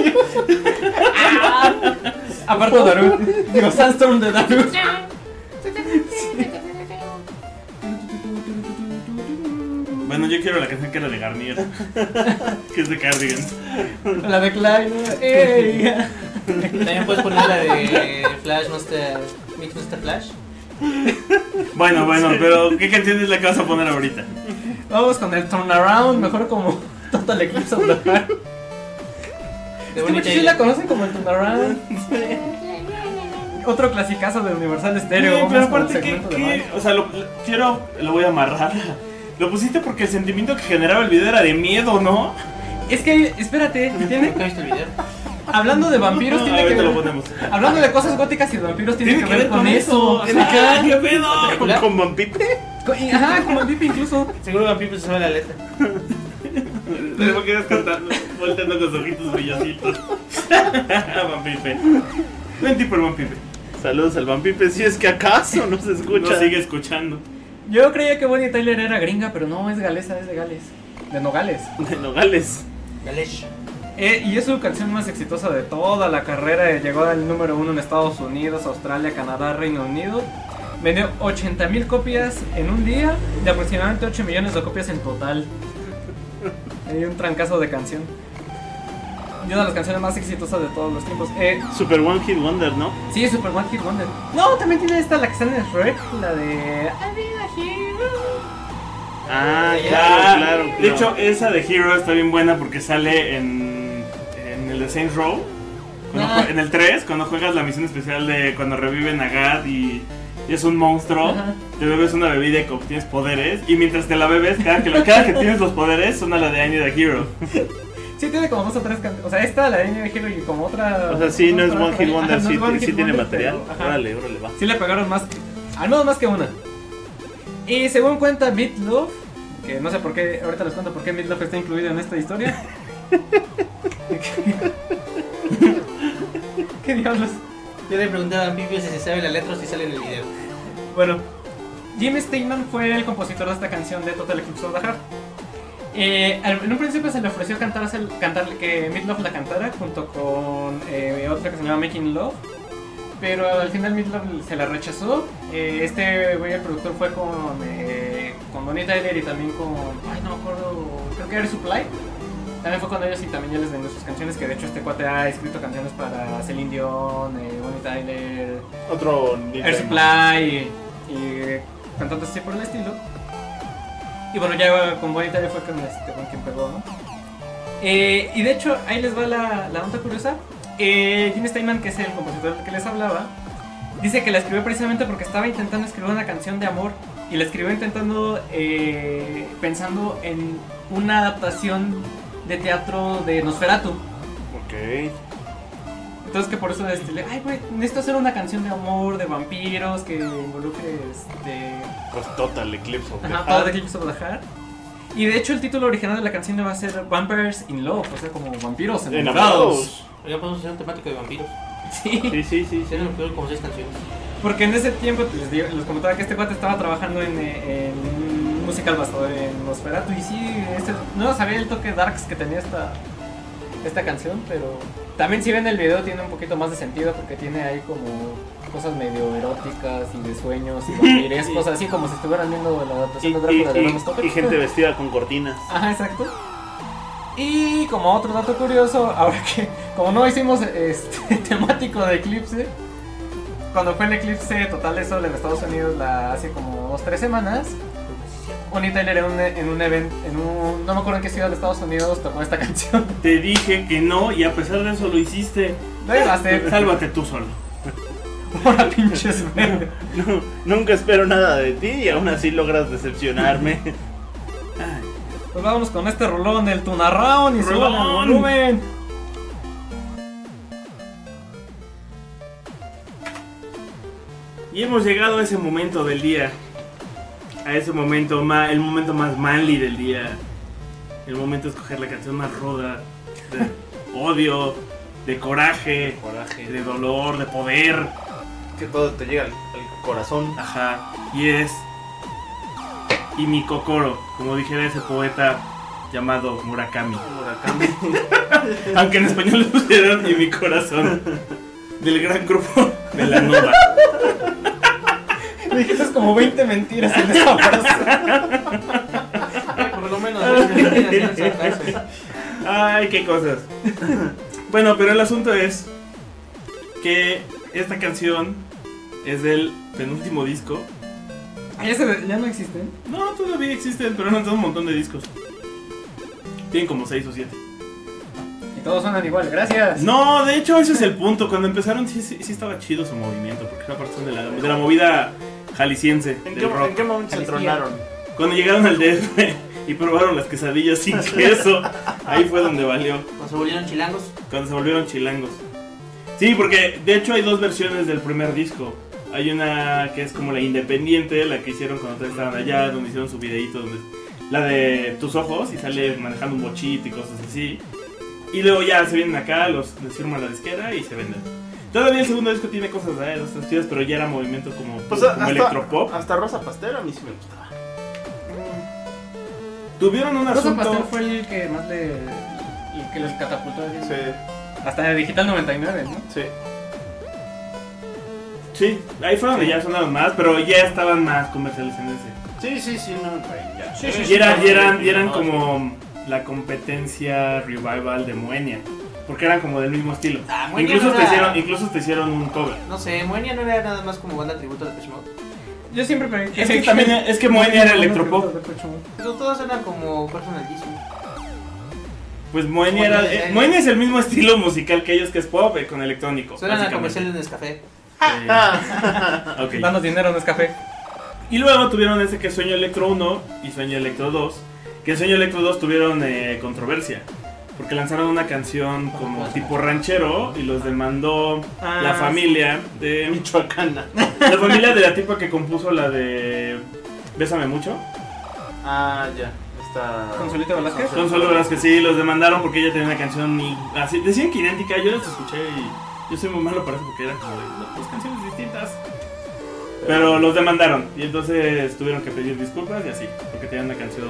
Aparte Daru. Digo, Sandstorm de Daru. Bueno, yo quiero la canción que era de Garnier. Que es de Cardigans. La de Clyde. ¿no? ¡Ey! También puedes poner la de Flash Master. Mix Master Flash. Bueno, bueno, pero ¿qué canción es la que vas a poner ahorita? Vamos con el turnaround, mejor como Total Eclipse of the Heart. De Es que Bonnie muchos sí Tyler. la conocen como el turnaround. Otro clasicazo de Universal Stereo. Sí, vamos pero con el aparte, ¿qué, segmento de qué? Mike. O sea, lo, lo- quiero. Lo voy a amarrar. Lo pusiste porque el sentimiento que generaba el video era de miedo, ¿no? Es que, espérate, tiene, ¿Nunca viste el video? hablando de vampiros, tiene que Ahorita lo ver. ponemos. Hablando de cosas góticas y de vampiros, tiene, que, ver con, eso. o sea, Ajá. ¿Qué pedo? ¿Con, con Vampite? Con- y- Ajá, como el VIP incluso. Seguro que People se sabe la letra. Luego quedas cantando, volteando con sus ojitos brillositos. Vampipe. Ven tipo el Vampipe. Saludos al Vampipe, si es que acaso no se escucha. Lo sigue escuchando. Yo creía que Bonnie Tyler era gringa, pero no, es galesa, es de Gales. De Nogales. De Nogales. La leche. Eh, y es su canción más exitosa de toda la carrera. eh, Llegó al número uno en Estados Unidos, Australia, Canadá, Reino Unido. Vendió 80 mil copias en un día, de aproximadamente 8 millones de copias en total. Hay un trancazo de canción. Y una de las canciones más exitosas de todos los tiempos. Eh, Super One Hit Wonder, ¿no? sí, Super One Hit Wonder. No, también tiene esta, la que sale en Shrek, la de. "I'll be a hero". Ah, Ya, claro, claro, claro. De hecho, esa de Hero está bien buena porque sale en, en el de Saints Row. cuando Ah. jue- En el 3, cuando juegas la misión especial de cuando reviven a Gad y, y es un monstruo, Ajá. te bebes una bebida y que obtienes poderes. Y mientras te la bebes, cada que, lo- cada que tienes los poderes, suena la de I Need a Hero. Sí, tiene como dos o tres canciones. O sea, esta, la de Niño de Hero y como otra. O sea, sí, no es otra- One Hit Wonder, Ajá, no sí, es One sí Hit tiene Wonder, material. pero- ajá. Órale, órale, va. Sí le pegaron más que, al menos más que una. Y según cuenta Meatloaf, que no sé por qué, ahorita les cuento por qué Meatloaf está incluido en esta historia. ¿Qué diablos? Yo le pregunté a People si se sabe la letra o si sale en el video. Bueno, Jim Steinman fue el compositor de esta canción de Total Eclipse of the Heart. Eh, al- en un principio se le ofreció cantar, cantar que Midlove la cantara junto con eh, otra que se llama Making Love, pero al final Midlove se la rechazó. Eh, este güey, el productor, fue con, eh, con Bonnie Tyler y también con. Ay, no me acuerdo, creo que Air Supply. También fue con ellos y también ya les vendió sus canciones, que de hecho este cuate ha escrito canciones para Celine Dion, eh, Bonnie Tyler, Otro Air Supply y, y cantantes así por el estilo. Y bueno, ya con Bonnie Tyler fue con, este, con quien pegó, ¿no? Eh, y de hecho, ahí les va la, la nota curiosa. Eh, Jim Steinman, que es el compositor del que les hablaba, dice que la escribió precisamente porque estaba intentando escribir una canción de amor. Y la escribió intentando, eh, pensando en una adaptación de teatro de Nosferatu. Ok. Entonces que por eso este, le- ay, güey, necesito hacer una canción de amor, de vampiros, que involucre este... Pues Total Eclipse of the Ajá, Heart. Total Eclipse Ah, of the Heart. Y de hecho el título original de la canción va a ser Vampires in Love, o sea, como vampiros enamorados. Enamorados. Ya podemos hacer un temático de vampiros. Sí, Sí, sí, sí, sí. Hicieron como seis canciones. porque en ese tiempo les, digo- les comentaba que este cuate estaba trabajando en, eh, en un musical basado en Nosferatu y sí, este- no sabía el toque darks que tenía esta, esta canción, pero también si ven el video tiene un poquito más de sentido porque tiene ahí como cosas medio eróticas y de sueños y vampirescos, así como si estuvieran viendo la Y, adaptación de Drácula de y- Bram Stoker. y gente vestida con cortinas. Ajá, exacto. Y como otro dato curioso, ahora que como no hicimos este temático de eclipse, cuando fue el eclipse total de sol en Estados Unidos la, hace como dos tres semanas, Bonnie Tyler en un, en un evento, en un, no me acuerdo en qué ciudad de Estados Unidos tocó esta canción. Te dije que no y a pesar de eso lo hiciste. No iba a ser Sálvate tú solo. Ahora pinches verga. No, nunca espero nada de ti y aún así logras decepcionarme. Pues vamos con este rolón del Tunarraón y suban el Rolón. volumen. Y hemos llegado a ese momento del día. A ese momento, ma- el momento más manly del día. El momento de escoger la canción más ruda. De odio, de coraje, Coraje. de dolor, de poder. Que todo te llega al, al corazón. Ajá. Y es. Y mi cocoro, como dijera ese poeta llamado Murakami. Murakami. Aunque en español le pusieron y mi corazón. Del gran grupo de la Nova. Dijiste como 20 mentiras en esta frase. Por lo menos dos canciones tienen su alcance. Ay, qué cosas. bueno, pero el asunto es que esta canción es del penúltimo disco. Ay, ese ya no existen. No, todavía existen, pero no un montón de discos. Tienen como 6 o 7. Y todos suenan igual, gracias. No, de hecho ese es el punto. Cuando empezaron sí, sí, sí estaba chido su movimiento, porque aparte son de la, de la movida jalisciense. ¿En del qué, rock. en qué momento se Alicia. tronaron? Cuando llegaron al DF y probaron las quesadillas sin queso, ahí fue donde valió. Cuando se volvieron chilangos, Cuando se volvieron chilangos. Sí, porque de hecho hay dos versiones del primer disco. Hay una que es como la independiente, la que hicieron cuando ustedes estaban allá, donde hicieron su videito, donde la de tus ojos y sale manejando un bochito y cosas así. Y luego ya se vienen acá, los les firman la disquera y se venden. Todavía el segundo disco tiene cosas de dos tres chidas, pero ya era movimiento como, Pues como hasta, electropop. hasta Rosa Pastel a mí sí me gustaba. Tuvieron un Rosa asunto. Pastel fue el que más le. el que les catapultó así. Sí, Hasta de Digital 99, ¿no? sí. Sí, ahí fue donde ya sonaron más, pero ya estaban más comerciales en ese. Sí, sí, sí, no, güey, ya. Sí, sí, Y eran, y eran, no, y eran no, como la competencia revival de Moenia. Porque eran como del mismo estilo. Ah, Moenia Incluso no te era- hicieron, incluso te hicieron un cover. no sé, Moenia no era nada más como banda tributo de Depeche Mode. Yo siempre creí Es que también es que Moenia era electropop. Pero todos eran como personalísimo. Pues Moenia era. Moenia- eh, Moenia es el mismo estilo musical que ellos que es pop eh, con electrónico. Suenan a básicamente. comerciales de Nescafé. Eh, ok. Danos dinero, no es café. Y luego tuvieron ese que es Sueño Electro 1 y Sueño Electro 2. Que Sueño Electro 2 tuvieron eh, controversia. Porque lanzaron una canción como tipo ranchero y los demandó Ah, la sí. familia de Michoacana. La familia de la tipa que compuso la de Bésame mucho. Ah, ya. Está. ¿Consuelito Velázquez? Son solo las que sí, los demandaron porque ella tenía una canción y así. Decían que idéntica, yo las escuché y yo soy muy malo para eso porque eran como de "No, dos canciones distintas. Pero los demandaron y entonces tuvieron que pedir disculpas y así, porque tenían una canción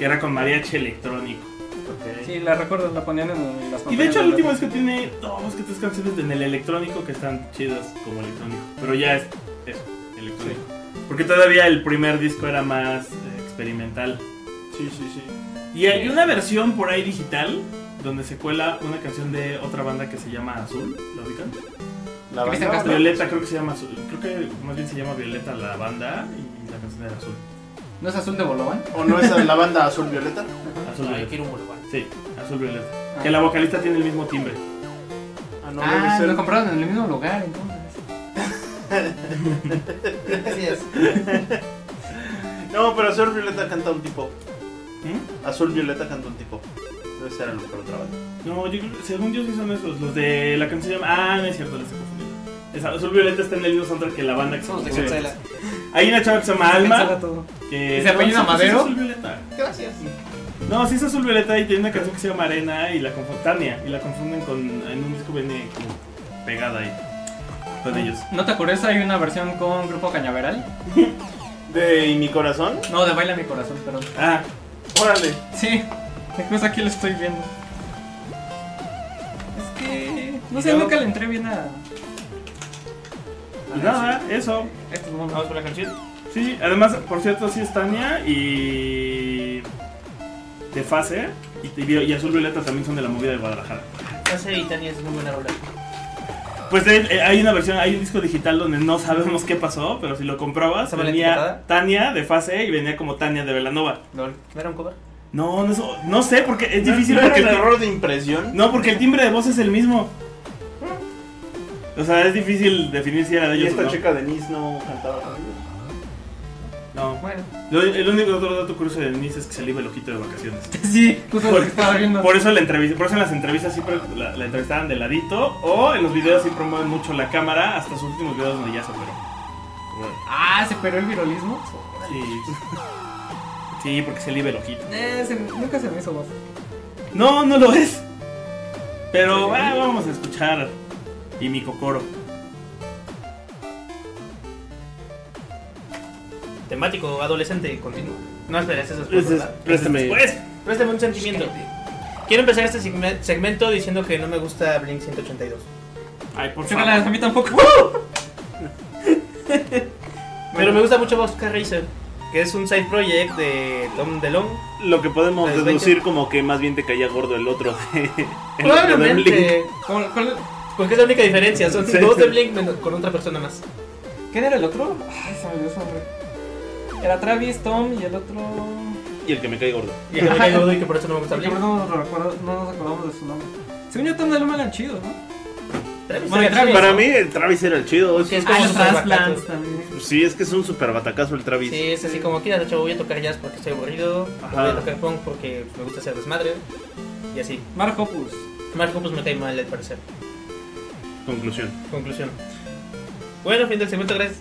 que era con mariachi electrónico. Ok. Sí, la recuerdo, la ponían en las Y de hecho el último disco tiene dos que tres canciones en el electrónico que están chidas como electrónico. Pero ya es eso, electrónico. Porque todavía el primer disco era más eh, experimental. Sí, sí, sí. Y hay una versión por ahí digital donde se cuela una canción de otra banda que se llama Azul, ¿la ubican? La Cristian banda- Castro. Violeta, creo que se llama Azul. Creo que más bien se llama Violeta la banda y la canción era Azul. ¿No es azul de Bolobán? ¿O no es la banda azul violeta? Azul Ah, Ay, Violeta. quiero un boliván. Sí, Azul Violeta. Que la vocalista tiene el mismo timbre. Ah, no, Ah, debe lo ser. compraron en el mismo lugar, entonces. Así es. No, pero azul violeta canta un tipo. ¿Mm? Azul violeta canta un tipo. Ese era lo que lo trabajo. No, yo creo- según yo sí son esos, los de la canción se llama... Ah, no es cierto, les estoy confundiendo. Esa- Azul Violeta está en el mismo soundtrack que la banda que se Somos de confunde. cancela. Hay una chava que se llama Cancela Alma. todo. Que ¿Y se apellida no, sí, sí es Madero? Azul Violeta. Gracias. No, sí es Azul Violeta y tiene una canción que se llama Arena y la confunden, Tania, y la confunden con... En un disco viene como pegada ahí. Con ellos. ¿No te acuerdas? Hay una versión con Grupo Cañaveral. ¿De ¿Y mi corazón? No, de Baila mi corazón, perdón. Ah, Órale. Sí, incluso aquí lo estoy viendo. Es que. No Y sé, luego- nunca le entré bien a. pues nada, eso. a estos monos. Vamos por la canción. Sí, sí, además, por cierto, sí es Tania y. De fase. Y, y- y Azul Violeta también son de la movida de Guadalajara. Fase y Tania es muy buena rola. Pues de- eh, hay una versión, hay un disco digital donde no sabemos qué pasó, pero si lo comprobas, ¿Estaba la venía etiquetada? Tania de fase y venía como Tania de Velanova. LOL. ¿No era un cover? No, no, so- no sé, porque es difícil. ¿No era porque un el tim- error de impresión? no, porque el timbre de voz es el mismo. O sea, es difícil definir si era de Y ellos o esta no. chica Denise no cantaba conmigo. No. Bueno, Lo- el único otro dato curioso de Denise es que se le iba el ojito de vacaciones. sí, justo lo que estaba viendo. Por eso, la entrevista, por eso en las entrevistas siempre la, la entrevistaban de ladito o en los videos sí promueven mucho la cámara hasta sus últimos videos donde ya se operó. Ah, se perdió el virolismo. Sí. Sí, porque se libe el ojito. Eh, se- nunca se me hizo guapo. No, no lo es. Pero ah, vamos a escuchar. Y mi cocoro. Temático, adolescente, continuo. No, espera, ese es después, Ese Este es- ¿verdad? Préstame. Pues, Este Préstame un sentimiento. Quiero empezar este segme- segmento diciendo que no me gusta Blink 182. ay, por Chócalas, favor. a mí tampoco. Pero me gusta mucho Boxcar Racer, que es un side project de Tom DeLonge. Lo que podemos Pues, deducir veinte. como que más bien te caía gordo el otro. el otro de Blink. Probablemente. ¿Cómo- cuál- Porque es la única diferencia, son Sí. dos de Blink menos- con otra persona más. ¿Quién era el otro? Ay, se me olvidó su nombre. Era Travis, Tom y el otro. Y el que me cae gordo. Y que me cae gordo y que por eso no me gusta Porque Blink. no nos, recuerdo- no nos acordamos de su nombre. Según yo, Tom de Luma eran chidos, ¿no? Travis Bueno, era Travis. chido, Para ¿no? mí el Travis era el chido. Es- Que es como Ah, los un Transplants superbacato. también. Sí, es que es un super batacazo el Travis. Sí, es así como quieras, chavo, voy a tocar jazz porque estoy aburrido, Ajá. voy a tocar punk porque me gusta hacer desmadre, y así. Mark Hoppus. Marco pues me cae mal al parecer. Conclusión. Conclusión. Bueno, fin del segmento, gracias.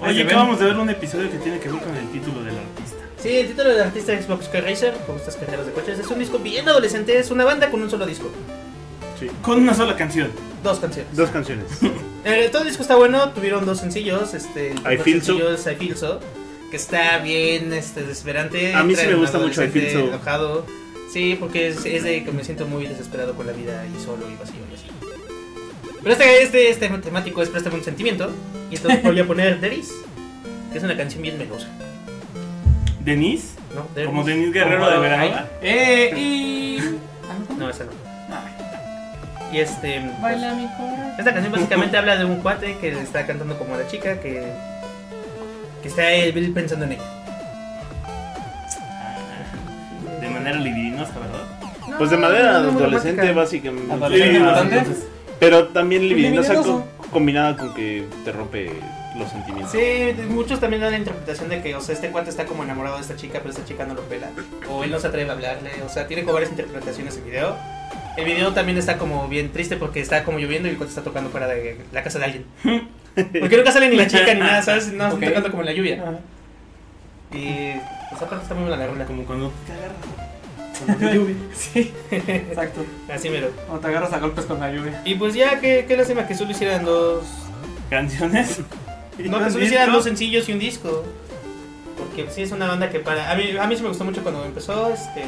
Oye, que vamos a ver un episodio que tiene que ver con el título del artista. Sí, el título del artista es Xbox Car Racer, como estas carreras de coches. Es un disco bien adolescente, es una banda con un solo disco. Sí. Con una sola canción. Dos canciones. Dos canciones. Eh, todo el disco está bueno, tuvieron dos sencillos. Este, el primer Feel So. sencillo es I Feel So, que está bien este, desesperante. A mí sí trae me un gusta mucho I Feel adolescente So. enojado. Sí, porque es, es de que me siento muy desesperado con la vida y solo y vacío y así. Pero este, este, este temático es Préstame un sentimiento. Y entonces voy a poner Deris, que es una canción bien melosa. Denise, ¿no? como Deris. Denise Guerrero de Veranova. Eh, y. No, esa no. Y este. pues, Baila mi corazón. Esta canción básicamente habla de un cuate que le está cantando como la chica que. que está él pensando en ella. De manera libidinosa, ¿verdad? Pues de manera adolescente, básicamente. Adolescente, Sí, bastante. entonces- Pero también libidinosa Libidinoso. co- combinada con que te rompe los sentimientos. Sí, de- muchos también dan la interpretación de que, o sea, este cuate está como enamorado de esta chica, pero esta chica no lo pela. O él no se atreve a hablarle, o sea, tiene como varias interpretaciones el video. El video también está como bien triste porque está como lloviendo y el cuate está tocando fuera de la casa de alguien. Porque nunca sale ni la chica ni nada, ¿sabes? No, Ok. está tocando como en la lluvia. Ah. Y esa parte está muy buena la rola. Como cuando te agarras. Sí, exacto. Así mero. O te agarras a golpes con la lluvia. Y pues ya, qué, qué lástima que solo hicieran dos Canciones. No, ¿Un que solo hicieran disco? dos sencillos y un disco. Porque sí es una banda que para. A mí, a mí sí me gustó mucho cuando empezó. Este,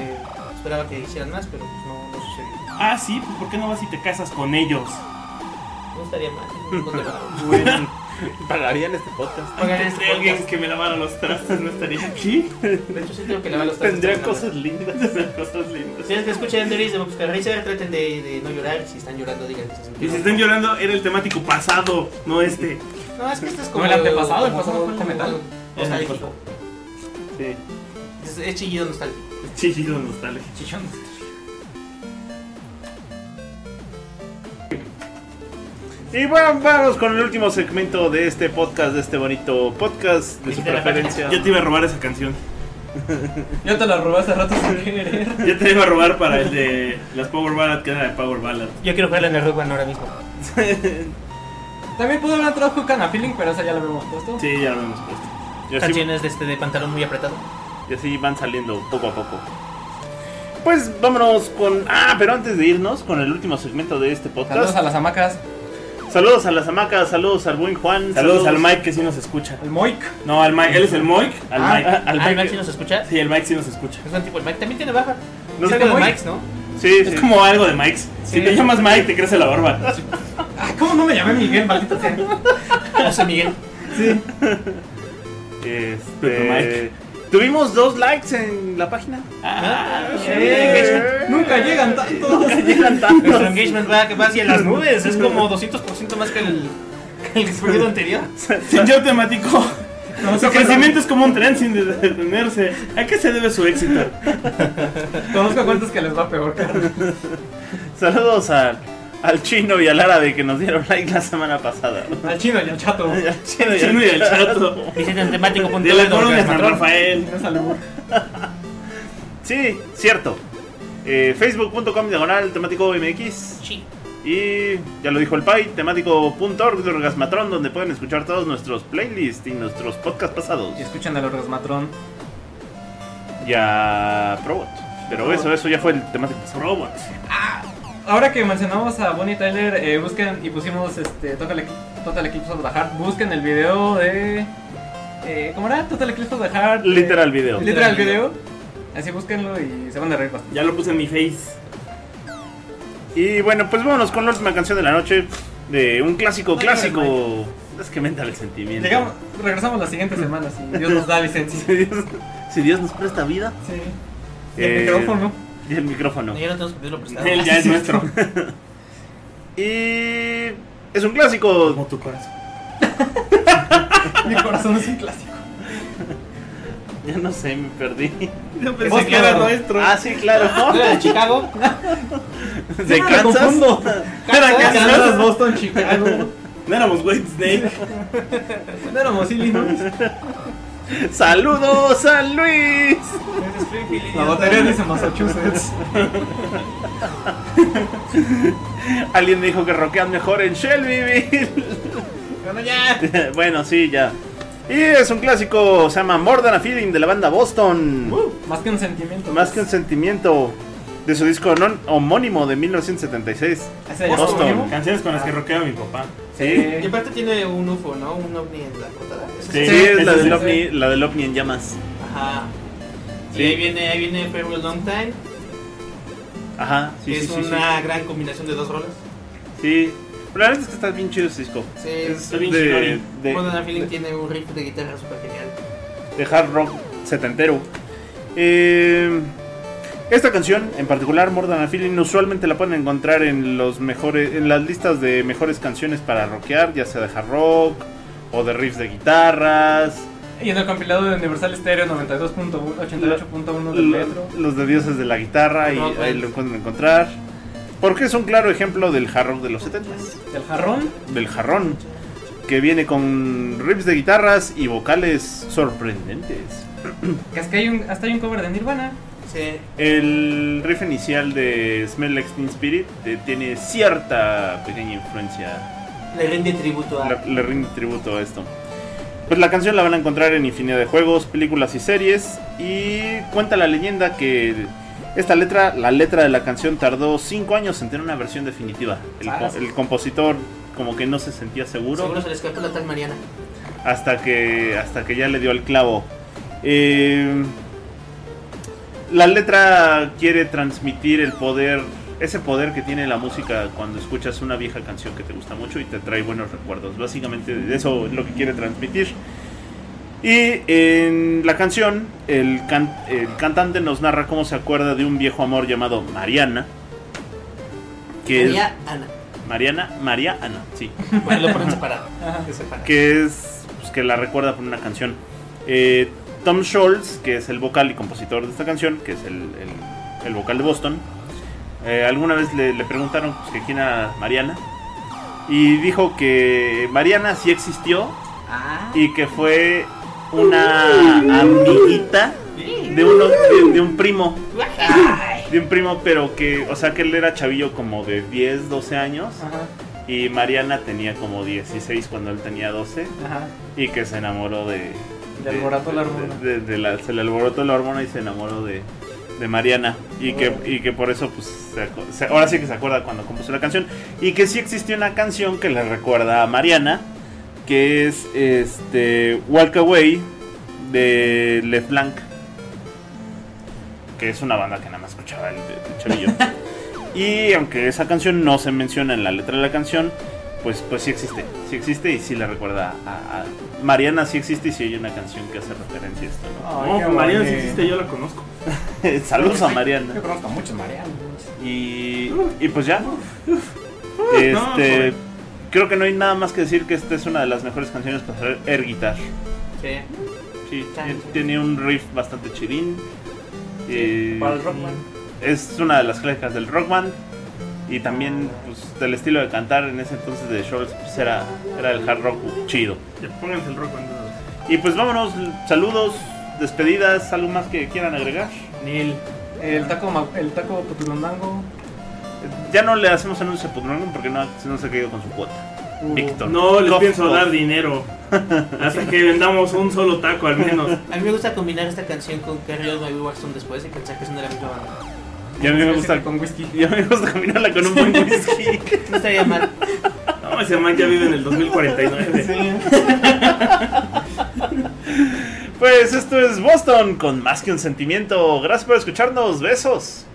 esperaba que hicieran más, pero pues, no, no sucedió. Ah, sí, pues ¿por qué no vas y te casas con ellos? No estaría mal. ¿eh? no te pago. Bueno, pagarían este podcast. Oigan, Antes este de alguien podcast- que me lavara los trastes no estaría aquí. De hecho, sí tengo que lavar los trastes Tendría esta semana. cosas lindas. Cosas lindas. Ustedes que escuchan The Reese de Buscar Racer, traten de, de no llorar. Si están llorando, digan que se Y si sintieron. están llorando, era el temático pasado, no este. No, es que este es como. No, el antepasado, el como- pasado fue el de como- metal. Nostálgico. Sí. Es, es chillido nostálgico. Chichido nostálgico. Chichón. Y bueno, vamos con el último segmento de este podcast, de este bonito podcast de su Visita la preferencia. Yo te iba a robar esa canción. Yo te la robé hace rato sin querer. Yo te iba a robar para el de las Power Ballad, que era de Power Ballad. Yo quiero jugarla en el Rogue One ahora mismo. También pudo haber entrado Kukana Feeling, pero esa ya la habíamos puesto. Sí, ya lo hemos puesto. Y así, Canciones de, este, de pantalón muy apretado. y así van saliendo poco a poco. Pues vámonos con. Ah, pero antes de irnos con el último segmento de este Saludos podcast. a las hamacas. Saludos a las hamacas, saludos al buen Juan. Saludos al Mike que sí nos escucha. El Moik. No, al Mike, él es el Mike. Al Ah, Mike. ah, al ah, Mike. el Mike, si nos escucha. Sí, el Mike sí nos escucha. Es un tipo, el Mike también tiene barba. No No sé sé cómo- los Mikes, ¿no? Sí, sí. Es como algo de Mike's. Si Sí. te llamas Mike, te crece la barba. Ah, ¿cómo no me llamé Miguel, maldita sea? José Miguel. Sí. Este, Pero Mike. Tuvimos dos likes en la página. Ah, Sí, engagement. Nunca llegan tantos. Llegan tantos. Nuestro engagement va, va hacia las nubes. Es como 200% más que el, que el periodo anterior. Sin yo temático. No, sí, Su crecimiento es como un tren sin detenerse. ¿A qué se debe su éxito? Conozco cuentos que les va peor, Carlos. Saludos al, al chino y al árabe que nos dieron like la semana pasada. Al chino y al chato. Al chino El y al- chino y el chato. Visiten temático.com. De la corona de San Rafael. No es al amor. Sí, cierto. Eh, Facebook.com diagonal temático MX. Sí. Y ya lo dijo el Pai, temático.org de Orgasmatron, donde pueden escuchar todos nuestros playlists y nuestros podcasts pasados. Y escuchan al orgasmatrón. Ya, Probot. Pero eso, eso ya fue el temático. Robot. Ahora que mencionamos a Bonnie Tyler, eh, busquen y pusimos este Total, Ecl- Total Eclipse of the Heart. Busquen el video de. eh, ¿Cómo era? Total Eclipse of the Heart. eh, Literal video. literal video. Así búsquenlo y se van a reír bastante. Ya lo puse en mi face. Y bueno, pues vámonos con la última canción de la noche. De un clásico, clásico. Es que mental el sentimiento. Llegamos, regresamos la siguiente semana si Dios nos da licencia. Si Dios, si Dios nos presta vida. Sí. Y Eh, el micrófono. Y el micrófono. Ya no tenemos que pedirlo prestado. Él ya es nuestro. Y es un clásico. Como tu corazón. Mi corazón es un clásico. Ya no sé, me perdí. Yo Vos pensé que era no. nuestro. Ah, sí, claro. Era de Chicago. De Siempre me Kansas. confundo. Era Kansas. Kansas, Boston, Chicago. No éramos White Snake. No éramos Illinois. Saludos a Luis. La batería dice Massachusetts. Alguien dijo que rockean mejor en Shelbyville. Bueno, ya. bueno, sí, ya. Y es un clásico, se llama More Than a Feeling de la banda Boston. Uh. Más que un sentimiento. Uh. Más que un sentimiento de su disco non- homónimo de 1976. ¿Ese ya es Boston. homónimo? Canciones con las que roqueaba mi papá. Sí. Y aparte tiene un UFO, ¿no? Un ovni en la portada. Sí, Sí, es la sí, del, sí, ovni, la del ovni en llamas. Ajá. Sí. Y ahí viene, ahí viene Farewell Long Time, Ajá, sí, que sí, es sí, sí. una gran combinación de dos rolas. Sí. Pero la verdad es que está bien chido ese disco. Sí. Es Está bien de, chidori. de- Modern Art Feeling tiene un riff de guitarra súper genial. de hard rock setentero. Eh, esta canción, en particular, More Than a Feeling, usualmente la pueden encontrar en los mejores, en las listas de mejores canciones para rockear, ya sea de hard rock o de riffs de guitarras. Y en el compilado de Universal Stereo 92.1, 88.1 del Lo- metro. los de dioses de la guitarra y No, pues. ahí lo pueden encontrar. Porque es un claro ejemplo del hard rock de los 70s, Del jarrón. del jarrón, que viene con riffs de guitarras y vocales sorprendentes. Que es que hay un, hasta hay un cover de Nirvana. Sí. El riff inicial de Smell Like Teen Spirit eh, tiene cierta pequeña influencia. Le rinde tributo a. Le, le rinde tributo a esto. Pues la canción la van a encontrar en infinidad de juegos, películas y series. Y cuenta la leyenda que esta letra, la letra de la canción tardó 5 años en tener una versión definitiva. El, Ah, co- sí. el compositor como que no se sentía seguro Seguro se le escapó la tal Mariana. hasta que hasta que ya le dio el clavo. Eh, la letra quiere transmitir el poder, ese poder que tiene la música cuando escuchas una vieja canción que te gusta mucho y te trae buenos recuerdos. Básicamente de eso es lo que quiere transmitir. Y en la canción el, can- el cantante nos narra cómo se acuerda de un viejo amor llamado Mariana. Que es María Ana. Mariana, María Ana, sí Bueno, lo ponen separado. Ajá. Se separa. que es pues, que la recuerda por una canción. Eh, Tom Scholz, que es el vocal y compositor de esta canción, que es el, el- el vocal de Boston, eh, alguna vez le, le preguntaron pues, que quién era Mariana y dijo que Mariana sí existió Ah. y que fue una amiguita Sí. de, uno, de, de un primo. De un primo, pero que, o sea, que él era chavillo como de 10, 12 años. Ajá, Y Mariana tenía como 16 cuando él tenía 12. ajá. Y que se enamoró de. Le alborotó la hormona. de- de la- se le alborotó la hormona y se enamoró de, de Mariana. Y que, y que por eso, pues, se acu- se- ahora sí que se acuerda cuando compuso la canción. Y que sí existió una canción que le recuerda a Mariana, que es este Walk Away de Left Blanc. Que es una banda que nada más escuchaba el, el chavillo. y aunque esa canción no se menciona en la letra de la canción, pues, pues sí existe, sí existe y sí le recuerda a, a- Mariana sí existe y sí hay una canción que hace referencia a esto, Ay, No, qué Mariana, bonito. si existe, yo la conozco. ¿no? Saludos a Yo Mariana. conozco a muchos Marianos. Y, y pues ya. Este, no, creo que no hay nada más que decir que esta es una de las mejores canciones para hacer air guitar. Sí. Sí, Tan, tiene- tan. tiene un riff bastante chidín. Sí, Eh, para el rock band. Es una de las clásicas del rock band. Y también pues, del estilo de cantar en ese entonces de Shores pues, era, era el hard rock chido. Ya, pónganse el rock cuando. Y pues vámonos, saludos, despedidas, algo más que quieran agregar. Neil. El taco, ma- el taco putulundango. Ya no le hacemos anuncio a Putnam porque no, no se ha caído con su cuota. Uh, Víctor. No les Cof, pienso cof. dar dinero. Hasta que vendamos un solo taco al menos. A mí me gusta combinar esta canción con Carry On My Warzone después y pensar que son de la misma banda. Y a mí me gusta, con whisky. y a mí me gusta combinarla con un buen whisky. No estaría mal. No, ese man ya vive en el 2049. Pues esto es Boston con más que un sentimiento. Gracias por escucharnos, besos.